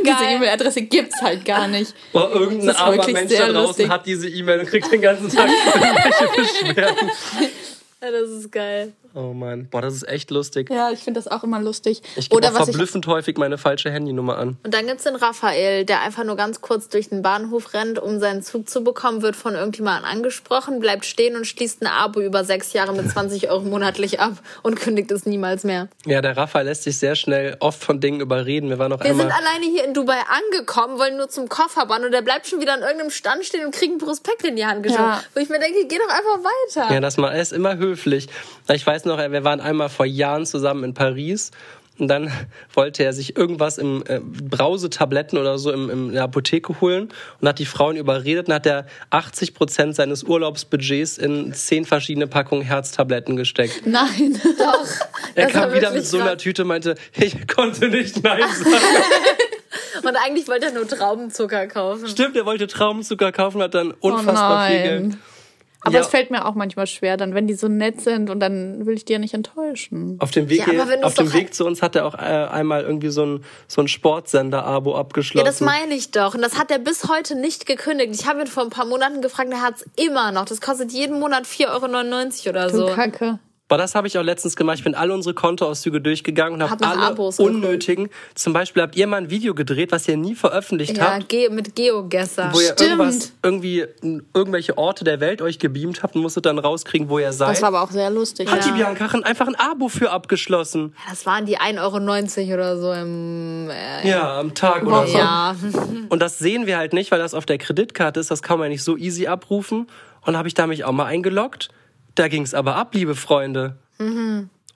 diese E-Mail-Adresse gibt's halt gar nicht. Boah, irgendein Das ist armer wirklich Mensch sehr da draußen lustig. hat diese E-Mail und kriegt den ganzen Tag irgendwelche Beschwerden. Ja, das ist geil. Oh Mann, boah, das ist echt lustig. Ja, ich finde das auch immer lustig. Ich gebe Oder auch was ich verblüffend häufig meine falsche Handynummer an. Und dann gibt's den Raphael, der einfach nur ganz kurz durch den Bahnhof rennt, um seinen Zug zu bekommen, wird von irgendjemandem angesprochen, bleibt stehen und schließt ein Abo über sechs Jahre mit 20 Euro monatlich ab und kündigt es niemals mehr. Ja, der Rafa lässt sich sehr schnell oft von Dingen überreden. Wir waren auch Wir einmal. sind alleine hier in Dubai angekommen, wollen nur zum Kofferband und der bleibt schon wieder an irgendeinem Stand stehen und kriegt einen Prospekt in die Hand geschoben. Ja. Wo ich mir denke, geh doch einfach weiter. Ja, das mal er ist immer höflich. Ich weiß noch, wir waren einmal vor Jahren zusammen in Paris und dann wollte er sich irgendwas im äh, Brausetabletten oder so im, im, in der Apotheke holen und hat die Frauen überredet und hat er 80 Prozent seines Urlaubsbudgets in zehn verschiedene Packungen Herztabletten gesteckt. Nein. Doch. Er Das war kam wieder wirklich mit so einer krass. Tüte und meinte, ich konnte nicht nein sagen. Und eigentlich wollte er nur Traubenzucker kaufen. Stimmt, er wollte Traubenzucker kaufen, hat dann Oh unfassbar viel nein. Geld. Aber Ja. es fällt mir auch manchmal schwer, dann, wenn die so nett sind und dann will ich die ja nicht enttäuschen. Auf dem Weg, Ja, aber hier, wenn du's auf dem doch- Weg zu uns hat er auch äh, einmal irgendwie so ein, so ein Sportsender-Abo Ja, abgeschlossen. das meine ich doch. Und das hat er bis heute nicht gekündigt. Ich habe ihn vor ein paar Monaten gefragt, er hat's immer noch. Das kostet jeden Monat 4,99 Euro oder So so. Kacke. Aber das habe ich auch letztens gemacht. Ich bin alle unsere Kontoauszüge durchgegangen und Hab habe nach alle Abos geguckt. unnötigen. Zum Beispiel habt ihr mal ein Video gedreht, was ihr nie veröffentlicht Ja, habt. Ge mit Geogesser. Wo ihr Stimmt. irgendwas, irgendwie irgendwelche Orte der Welt euch gebeamt habt und musstet dann rauskriegen, wo ihr seid. Das war aber auch sehr lustig. hat die Ja. Bianca ein- einfach ein Abo für abgeschlossen. Das waren die 1,90 Euro oder so im. Äh, Ja, am Tag oder so. ja. Und das sehen wir halt nicht, weil das auf der Kreditkarte ist. Das kann man ja nicht so easy abrufen. Und da habe ich da mich auch mal eingeloggt. Da ging es aber ab, liebe Freunde.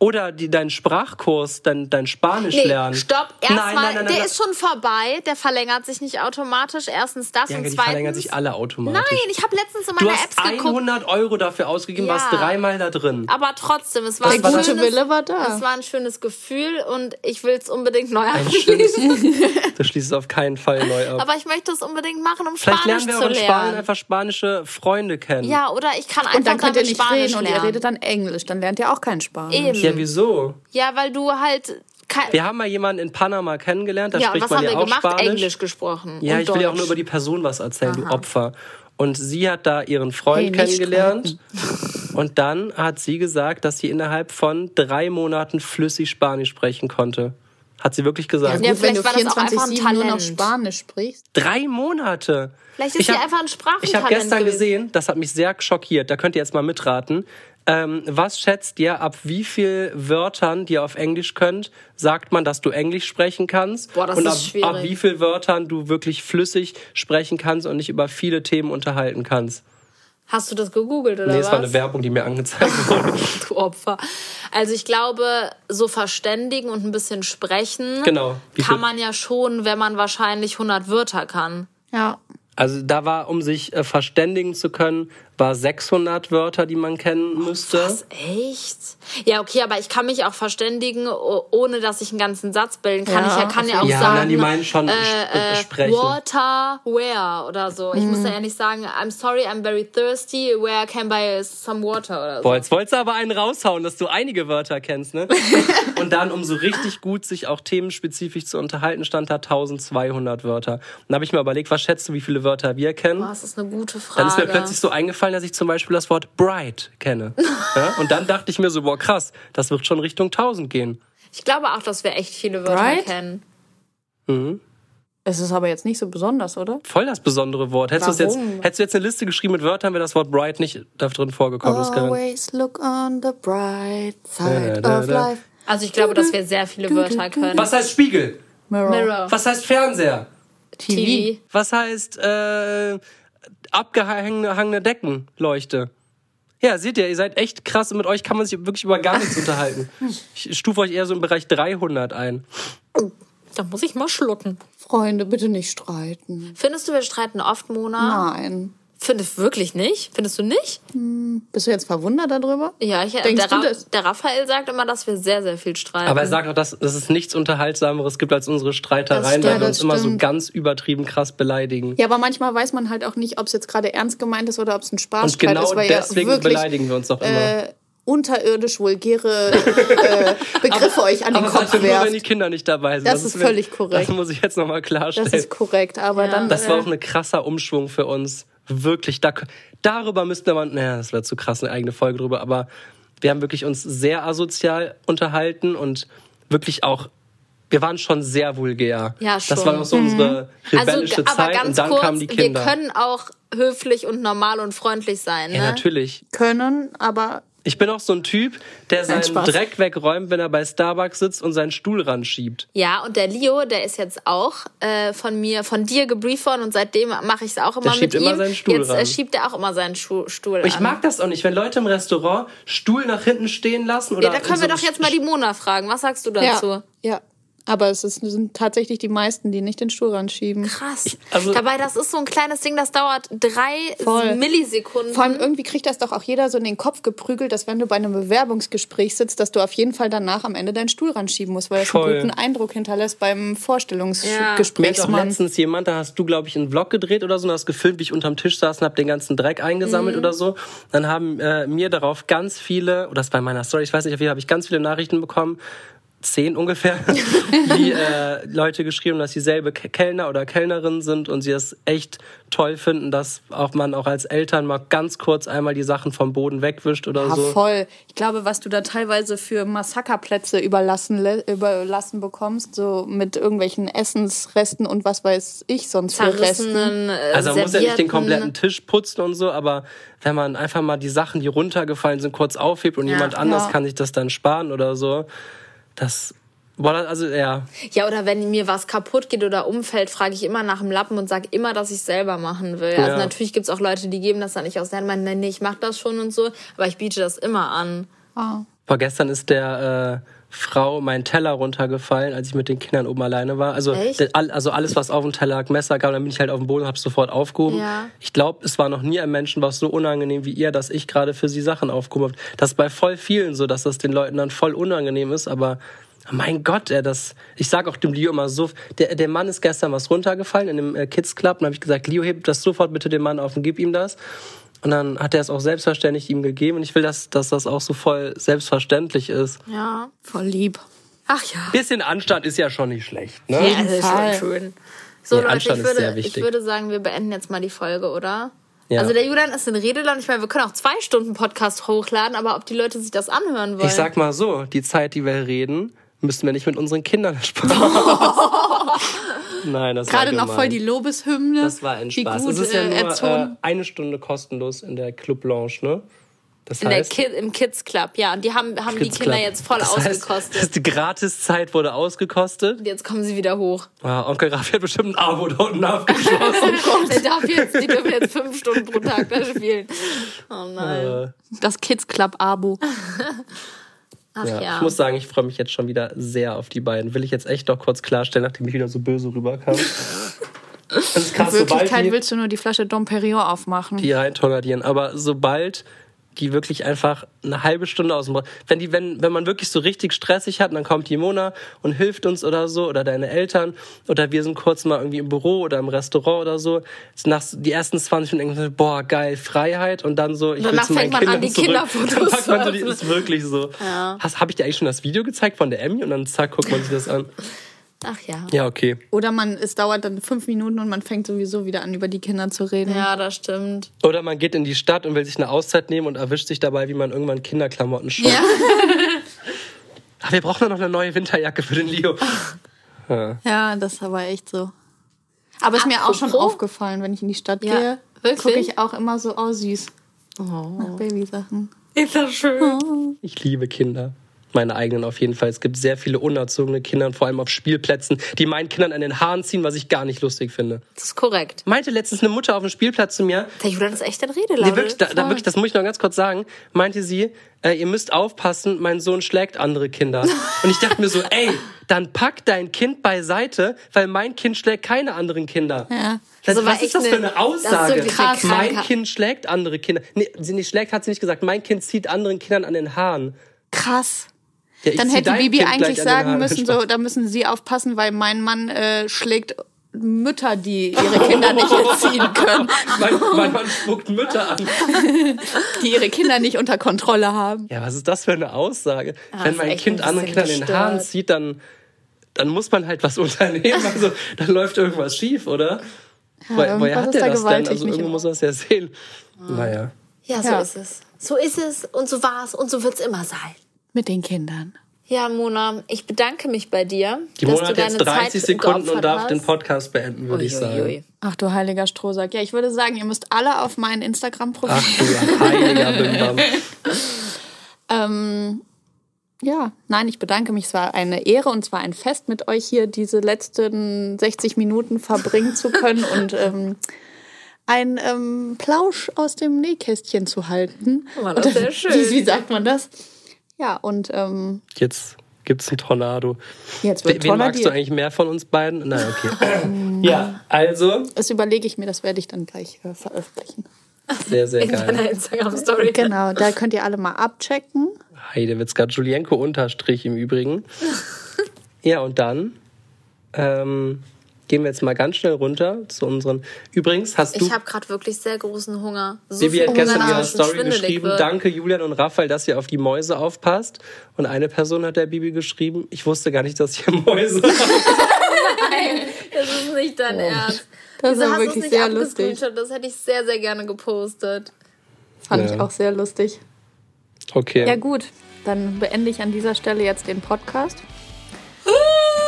Oder die, dein Sprachkurs, dein, dein Spanisch Mhm. Nee, lernen. stopp. Nein, nein, Erstmal, nein, nein, der nein. ist schon vorbei. Der verlängert sich nicht automatisch. Erstens das Ja, und die zweitens. verlängern sich alle automatisch. Nein, ich habe letztens in du meine hast Apps geguckt. 100 Euro dafür ausgegeben, Ja. warst dreimal da drin. Aber trotzdem, es war Der ein gute schönes, Wille war da. Es war ein schönes Gefühl und ich will es unbedingt neu Ein abschließen. schönes- Du schließt es auf keinen Fall neu ab. Aber ich möchte es unbedingt machen, um Vielleicht Spanisch lernen wir zu auch in Spanien lernen. einfach spanische Freunde kennen. Ja, oder ich kann Und einfach dann könnt ihr damit nicht Spanisch reden und ihr lernen. redet dann Englisch, dann lernt ihr auch kein Spanisch. Eben. Ja, wieso? Ja, weil du halt kein Wir haben mal jemanden in Panama kennengelernt, da Ja, und spricht was man haben ja wir auch gemacht? Spanisch. Englisch gesprochen. Ja, und ich will ja auch Deutsch. nur über die Person was erzählen, du Opfer. Und sie hat da ihren Freund Hey, nicht kennengelernt. Und dann hat sie gesagt, dass sie innerhalb von drei Monaten flüssig Spanisch sprechen konnte. Hat sie wirklich gesagt. Ja, Gut, wenn vielleicht du war das auch einfach ein 24-7 nur noch Talent. Spanisch sprichst. Drei Monate. Vielleicht ist Ich sie hab- einfach ein Sprachentalent Ich habe gestern gewesen. gesehen, das hat mich sehr schockiert. Da könnt ihr jetzt mal mitraten. Ähm, was schätzt ihr, ab wie viel Wörtern, die ihr auf Englisch könnt, sagt man, dass du Englisch sprechen kannst? Boah, das und ist ab, schwierig. ab wie viel Wörtern du wirklich flüssig sprechen kannst und dich über viele Themen unterhalten kannst? Hast du das gegoogelt oder Nee, es was? war eine Werbung, die mir angezeigt wurde. du Opfer. Also ich glaube, so verständigen und ein bisschen sprechen Genau. Wie kann viel- man ja schon, wenn man wahrscheinlich 100 Wörter kann. Ja. Also da war, um sich äh, verständigen zu können, war 600 Wörter, die man kennen Oh, müsste. Was, echt? Ja, okay, aber ich kann mich auch verständigen, o- ohne dass ich einen ganzen Satz bilden kann. Ja, ich ja, kann ja auf auch jeden Fall. Ja, sagen, nein, die meinen schon sp- äh, äh, sprechen. Water, where oder so. Ich Mhm. muss ja ehrlich sagen, I'm sorry, I'm very thirsty, where I can buy some water oder so. Boah, jetzt wolltest du aber einen raushauen, dass du einige Wörter kennst, ne? Und dann, um so richtig gut sich auch themenspezifisch zu unterhalten, stand da 1200 Wörter. Und dann habe ich mir überlegt, was schätzt du, wie viele Wörter wir kennen? Boah, das ist eine gute Frage. Dann ist mir plötzlich so eingefallen, dass ich zum Beispiel das Wort bright kenne. Ja? Und dann dachte ich mir so, boah, krass, das wird schon Richtung 1000 gehen. ich glaube auch, dass wir echt viele Wörter Right? kennen. Es ist aber jetzt nicht so besonders, oder? Voll das besondere Wort. Hättest, du jetzt, Warum? hättest du jetzt eine Liste geschrieben mit Wörtern, wäre das Wort bright nicht da drin vorgekommen. Oh, Das kann- Always look on the bright Da, side da, of da. life. Also ich glaube, dass wir sehr viele Wörter können. Was heißt Spiegel? Mirror. Mirror. Was heißt Fernseher? TV. Was heißt äh, abgehangene Deckenleuchte? Ja, seht ihr, ihr seid echt krass. Mit euch kann man sich wirklich über gar nichts unterhalten. Ich stufe euch eher so im Bereich 300 ein. Da muss ich mal schlucken. Freunde, bitte nicht streiten. Findest du, wir streiten oft, Mona? Nein. Findest du wirklich nicht? Findest du nicht? Bist du jetzt verwundert darüber? Ja, ich, äh, Denkst der, du das? der Raphael sagt immer, dass wir sehr, sehr viel streiten. Aber er sagt auch, dass, dass es nichts Unterhaltsameres gibt als unsere Streitereien, Das stimmt, weil wir uns das immer so stimmt. ganz übertrieben krass beleidigen. Ja, aber manchmal weiß man halt auch nicht, ob es jetzt gerade ernst gemeint ist oder ob es ein Spaß Und genau ist, weil deswegen ja wirklich beleidigen wir uns auch immer. äh, unterirdisch vulgäre äh, Begriffe euch an den Aber Kopf das nur, wenn die werft. Kinder nicht dabei sind. Das ist mir- völlig korrekt. Das muss ich jetzt nochmal klarstellen. Das ist korrekt, aber Ja. dann. Das war auch ein krasser Umschwung für uns. Wirklich. Da, darüber müsste man, naja, das wäre zu krass, eine eigene Folge drüber, aber wir haben wirklich uns sehr asozial unterhalten und wirklich auch, wir waren schon sehr vulgär. Ja, Das schon. Mhm. Also war noch so unsere rebellische Zeit und dann kamen die Kinder. wir können auch höflich und normal und freundlich sein. Ne? ja, natürlich. können, aber Ich bin auch so ein Typ, der seinen Spaß. Dreck wegräumt, wenn er bei Starbucks sitzt und seinen Stuhl ranschiebt. Ja, und der Leo, der ist jetzt auch äh, von mir, von dir gebrieft worden und seitdem mache ich es auch immer Der schiebt mit immer ihm. seinen Stuhl jetzt äh, ran. schiebt er auch immer seinen Schu Stuhl Ich an. mag das auch nicht, wenn Leute im Restaurant Stuhl nach hinten stehen lassen oder ja, da können wir doch jetzt mal die Mona fragen. Was sagst du dazu? ja, ja. Aber es ist, sind tatsächlich die meisten, die nicht den Stuhl ranschieben. Krass. also- Dabei, das ist so ein kleines Ding, das dauert drei Voll. Millisekunden. Vor allem irgendwie kriegt das doch auch jeder so in den Kopf geprügelt, dass wenn du bei einem Bewerbungsgespräch sitzt, dass du auf jeden Fall danach am Ende deinen Stuhl ranschieben musst, weil das Voll. einen guten Eindruck hinterlässt beim Ja. Mir hat auch Vorstellungsgesprächsmann. letztens jemand, da hast du, glaube ich, einen Vlog gedreht oder so, und hast gefilmt, wie ich unterm Tisch saß und hab den ganzen Dreck eingesammelt oder so. Dann haben äh, mir darauf ganz viele, oder das bei meiner Story, ich weiß nicht, auf jeden Fall habe ich ganz viele Nachrichten bekommen, zehn ungefähr, die äh, Leute geschrieben, dass sie selber Ke- Kellner oder Kellnerin sind und sie es echt toll finden, dass auch man auch als Eltern mal ganz kurz einmal die Sachen vom Boden wegwischt oder Ja, so. voll. Ich glaube, was du da teilweise für Massakerplätze überlassen, le- überlassen bekommst, so mit irgendwelchen Essensresten und was weiß ich sonst für Resten. zerrissenen, äh, Also man muss ja nicht den servierten- kompletten Tisch putzen und so, aber wenn man einfach mal die Sachen, die runtergefallen sind, kurz aufhebt und Ja. jemand anders Ja. kann sich das dann sparen oder so, das boah, das- also ja, Ja, oder wenn mir was kaputt geht oder umfällt, frage ich immer nach dem Lappen und sage immer, dass ich es selber machen will. Ja. Also natürlich gibt's auch Leute, die geben das dann nicht aus. Dann meinen, nee, nee, ich mache das schon und so. Aber ich biete das immer an. Ah. boah, gestern ist der äh, Frau mein Teller runtergefallen, als ich mit den Kindern oben alleine war. Also Echt? de- all- also alles, was auf dem Teller lag, Messer gab, dann bin ich halt auf dem Boden und hab's sofort aufgehoben. Ja. um. Ich glaube, es war noch nie einem Menschen was so unangenehm wie ihr, dass ich gerade für sie Sachen aufgehoben habe. Das ist bei voll vielen so, dass das den Leuten dann voll unangenehm ist, aber mein Gott, ey, das, ich sag auch dem Leo immer so, der, der Mann ist gestern was runtergefallen in dem äh, Kids Club und habe ich gesagt, Leo, heb das sofort bitte dem Mann auf und gib ihm das. Und dann hat er es auch selbstverständlich ihm gegeben und ich will, dass, dass das auch so voll selbstverständlich ist. Ja. Voll lieb. Ach ja. Bisschen Anstand ist ja schon nicht schlecht, ne? Ja, das ist schon Fall. schön. So, Nee, Leute, Anstand ich ist würde, sehr ich wichtig. würde sagen, wir beenden jetzt mal die Folge, oder? Ja. Also der Julian ist in Redeland. Ich meine, wir können auch zwei Stunden Podcast hochladen, aber ob die Leute sich das anhören wollen. Ich sag mal so, die Zeit, die wir reden, müssen wir nicht mit unseren Kindern sparen. Nein, das Gerade war noch voll gemein. die Lobeshymne. Das war ein Spaß. Wie gut es ist ja äh, nur äh, erzogen. eine Stunde kostenlos in der Club Lounge, ne? Das in der heißt, Ki Im Kids Club, ja. Und die haben, haben die Kids Kinder Club. jetzt voll das ausgekostet. Heißt, die Gratiszeit wurde ausgekostet. Und jetzt kommen sie wieder hoch. Ah, Onkel Raffi hat bestimmt ein Abo da unten abgeschlossen. Der darf jetzt, die dürfen jetzt fünf Stunden pro Tag da spielen. Oh nein. Äh, Das Kids Club Abo. Ach ja. ja. Ich muss sagen, ich freue mich jetzt schon wieder sehr auf die beiden. Will ich jetzt echt noch kurz klarstellen, nachdem ich wieder so böse rüberkam. Das ist In krass, sobald Wirklichkeit die- willst du nur die Flasche Dom Perignon aufmachen. die reintornadieren. Aber sobald die wirklich einfach eine halbe Stunde aus dem Ra- wenn die wenn wenn man wirklich so richtig stressig hat, dann kommt die Mona und hilft uns oder so oder deine Eltern oder wir sind kurz mal irgendwie im Büro oder im Restaurant oder so. Nach die ersten 20 Minuten denkt man, boah geil Freiheit und dann so ich will Danach zu meinen fängt man Kindern an, die zurück. Kinderfotos Dann packt man so zu die öffnen. ist wirklich so. Ja. Habe ich dir eigentlich schon das Video gezeigt von der Emmy und dann zack guckt man sich das an. Ach ja. Ja okay. Oder man, es dauert dann fünf Minuten und man fängt sowieso wieder an, über die Kinder zu reden. Ja, das stimmt. Oder man geht in die Stadt und will sich eine Auszeit nehmen und erwischt sich dabei, wie man irgendwann Kinderklamotten schon. Ach, Ah, wir brauchen doch noch eine neue Winterjacke für den Leo. Ja, das war echt so. Aber es ist mir auch schon Apropos- aufgefallen, wenn ich in die Stadt Ja, gehe, wirklich? gucke ich auch immer so, oh süß, Oh. nach Babysachen. Ist das schön. Ich liebe Kinder. Meine eigenen auf jeden Fall. Es gibt sehr viele unerzogene Kinder, und vor allem auf Spielplätzen, die meinen Kindern an den Haaren ziehen, was ich gar nicht lustig finde. Das ist korrekt. Meinte letztens eine Mutter auf dem Spielplatz zu mir, Der Julian ist echt in Nee, Redelaune. wirklich, da, da voll. wirklich, das muss ich noch ganz kurz sagen, meinte sie, äh, ihr müsst aufpassen, mein Sohn schlägt andere Kinder. Und ich dachte mir so, ey, dann pack dein Kind beiseite, weil mein Kind schlägt keine anderen Kinder. Ja. Das, Also war was echt ist das für eine- eine das ist Aussage? wirklich eine kranke- mein Kind schlägt andere Kinder. Nee, sie nicht schlägt, hat sie nicht gesagt. Mein Kind zieht anderen Kindern an den Haaren. Krass. Ja, ich Dann zieh hätte dein Bibi Kind eigentlich gleich an den sagen Haaren. müssen, so, da müssen sie aufpassen, weil mein Mann äh, schlägt Mütter, die ihre Kinder nicht erziehen können, Mein, mein Mann spuckt Mütter an. die ihre Kinder nicht unter Kontrolle haben. Ja, was ist das für eine Aussage? Ah, Wenn ist mein echt Kind ein anderen bisschen Kindern den Haaren gestört. zieht, dann, dann muss man halt was unternehmen. Also, dann läuft irgendwas schief, oder? Wo, woher irgendwas hat ist der da das denn? gewaltig Also, nicht irgendwo in muss er es ja sehen. Ah. Naja. Ja, so Ja. ist es. So ist es und so war es und so wird es immer sein. Mit den Kindern. Ja, Mona, ich bedanke mich bei dir. Die dass Mona du hat jetzt deine 30 Zeit Sekunden und geopfert darf hast. den Podcast beenden, würde ich sagen. Uiuiui. Ach du heiliger Strohsack. Ja, ich würde sagen, ihr müsst alle auf mein Instagram-Profil. Ach du heiliger Bimbam. Ähm, ja, nein, ich bedanke mich. Es war eine Ehre und zwar ein Fest, mit euch hier diese letzten 60 Minuten verbringen zu können und ähm, einen ähm, Plausch aus dem Nähkästchen zu halten. War Oh, das Und, äh, sehr schön. Wie, wie sagt man das? Ja, und ähm, Jetzt gibt's einen Tornado. jetzt Wen wird wen magst du tornadiert. eigentlich mehr von uns beiden? Na, okay. ja, also, Das überlege ich mir, das werde ich dann gleich äh, veröffentlichen. sehr, sehr In geil. deiner Instagram-Story. Genau, da könnt ihr alle mal abchecken. Heidewitzka, Julienko unterstrich im Übrigen. ja, und dann ähm, gehen wir jetzt mal ganz schnell runter zu unseren. Übrigens, hast du. Ich habe gerade wirklich sehr großen Hunger. So Bibi hat viel Hunger, gestern in dass ihrer es schon Story schwindelig geschrieben, wird. danke Julian und Raphael, dass ihr auf die Mäuse aufpasst. Und eine Person hat der Bibi geschrieben, ich wusste gar nicht, dass ihr Mäuse habt. Das ist nicht dein Ernst. Das Oh. Wieso war hast du es wirklich nicht sehr lustig. abgescreenshot? Das hätte ich sehr, sehr gerne gepostet. Fand Ja. ich auch sehr lustig. Okay, Ja gut, dann beende ich an dieser Stelle jetzt den Podcast.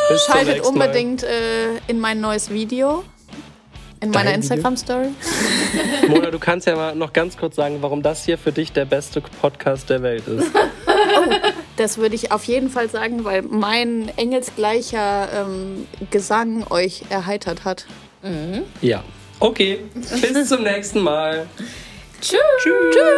bis zum Schaltet nächsten Mal. unbedingt äh, in mein neues Video. In Dein meiner Video? Instagram-Story. Mona, du kannst ja mal noch ganz kurz sagen, warum das hier für dich der beste Podcast der Welt ist. Das würde ich auf jeden Fall sagen, weil mein engelsgleicher ähm, Gesang euch erheitert hat. Ja. Okay, bis zum nächsten Mal. Tschüss. Tschüss.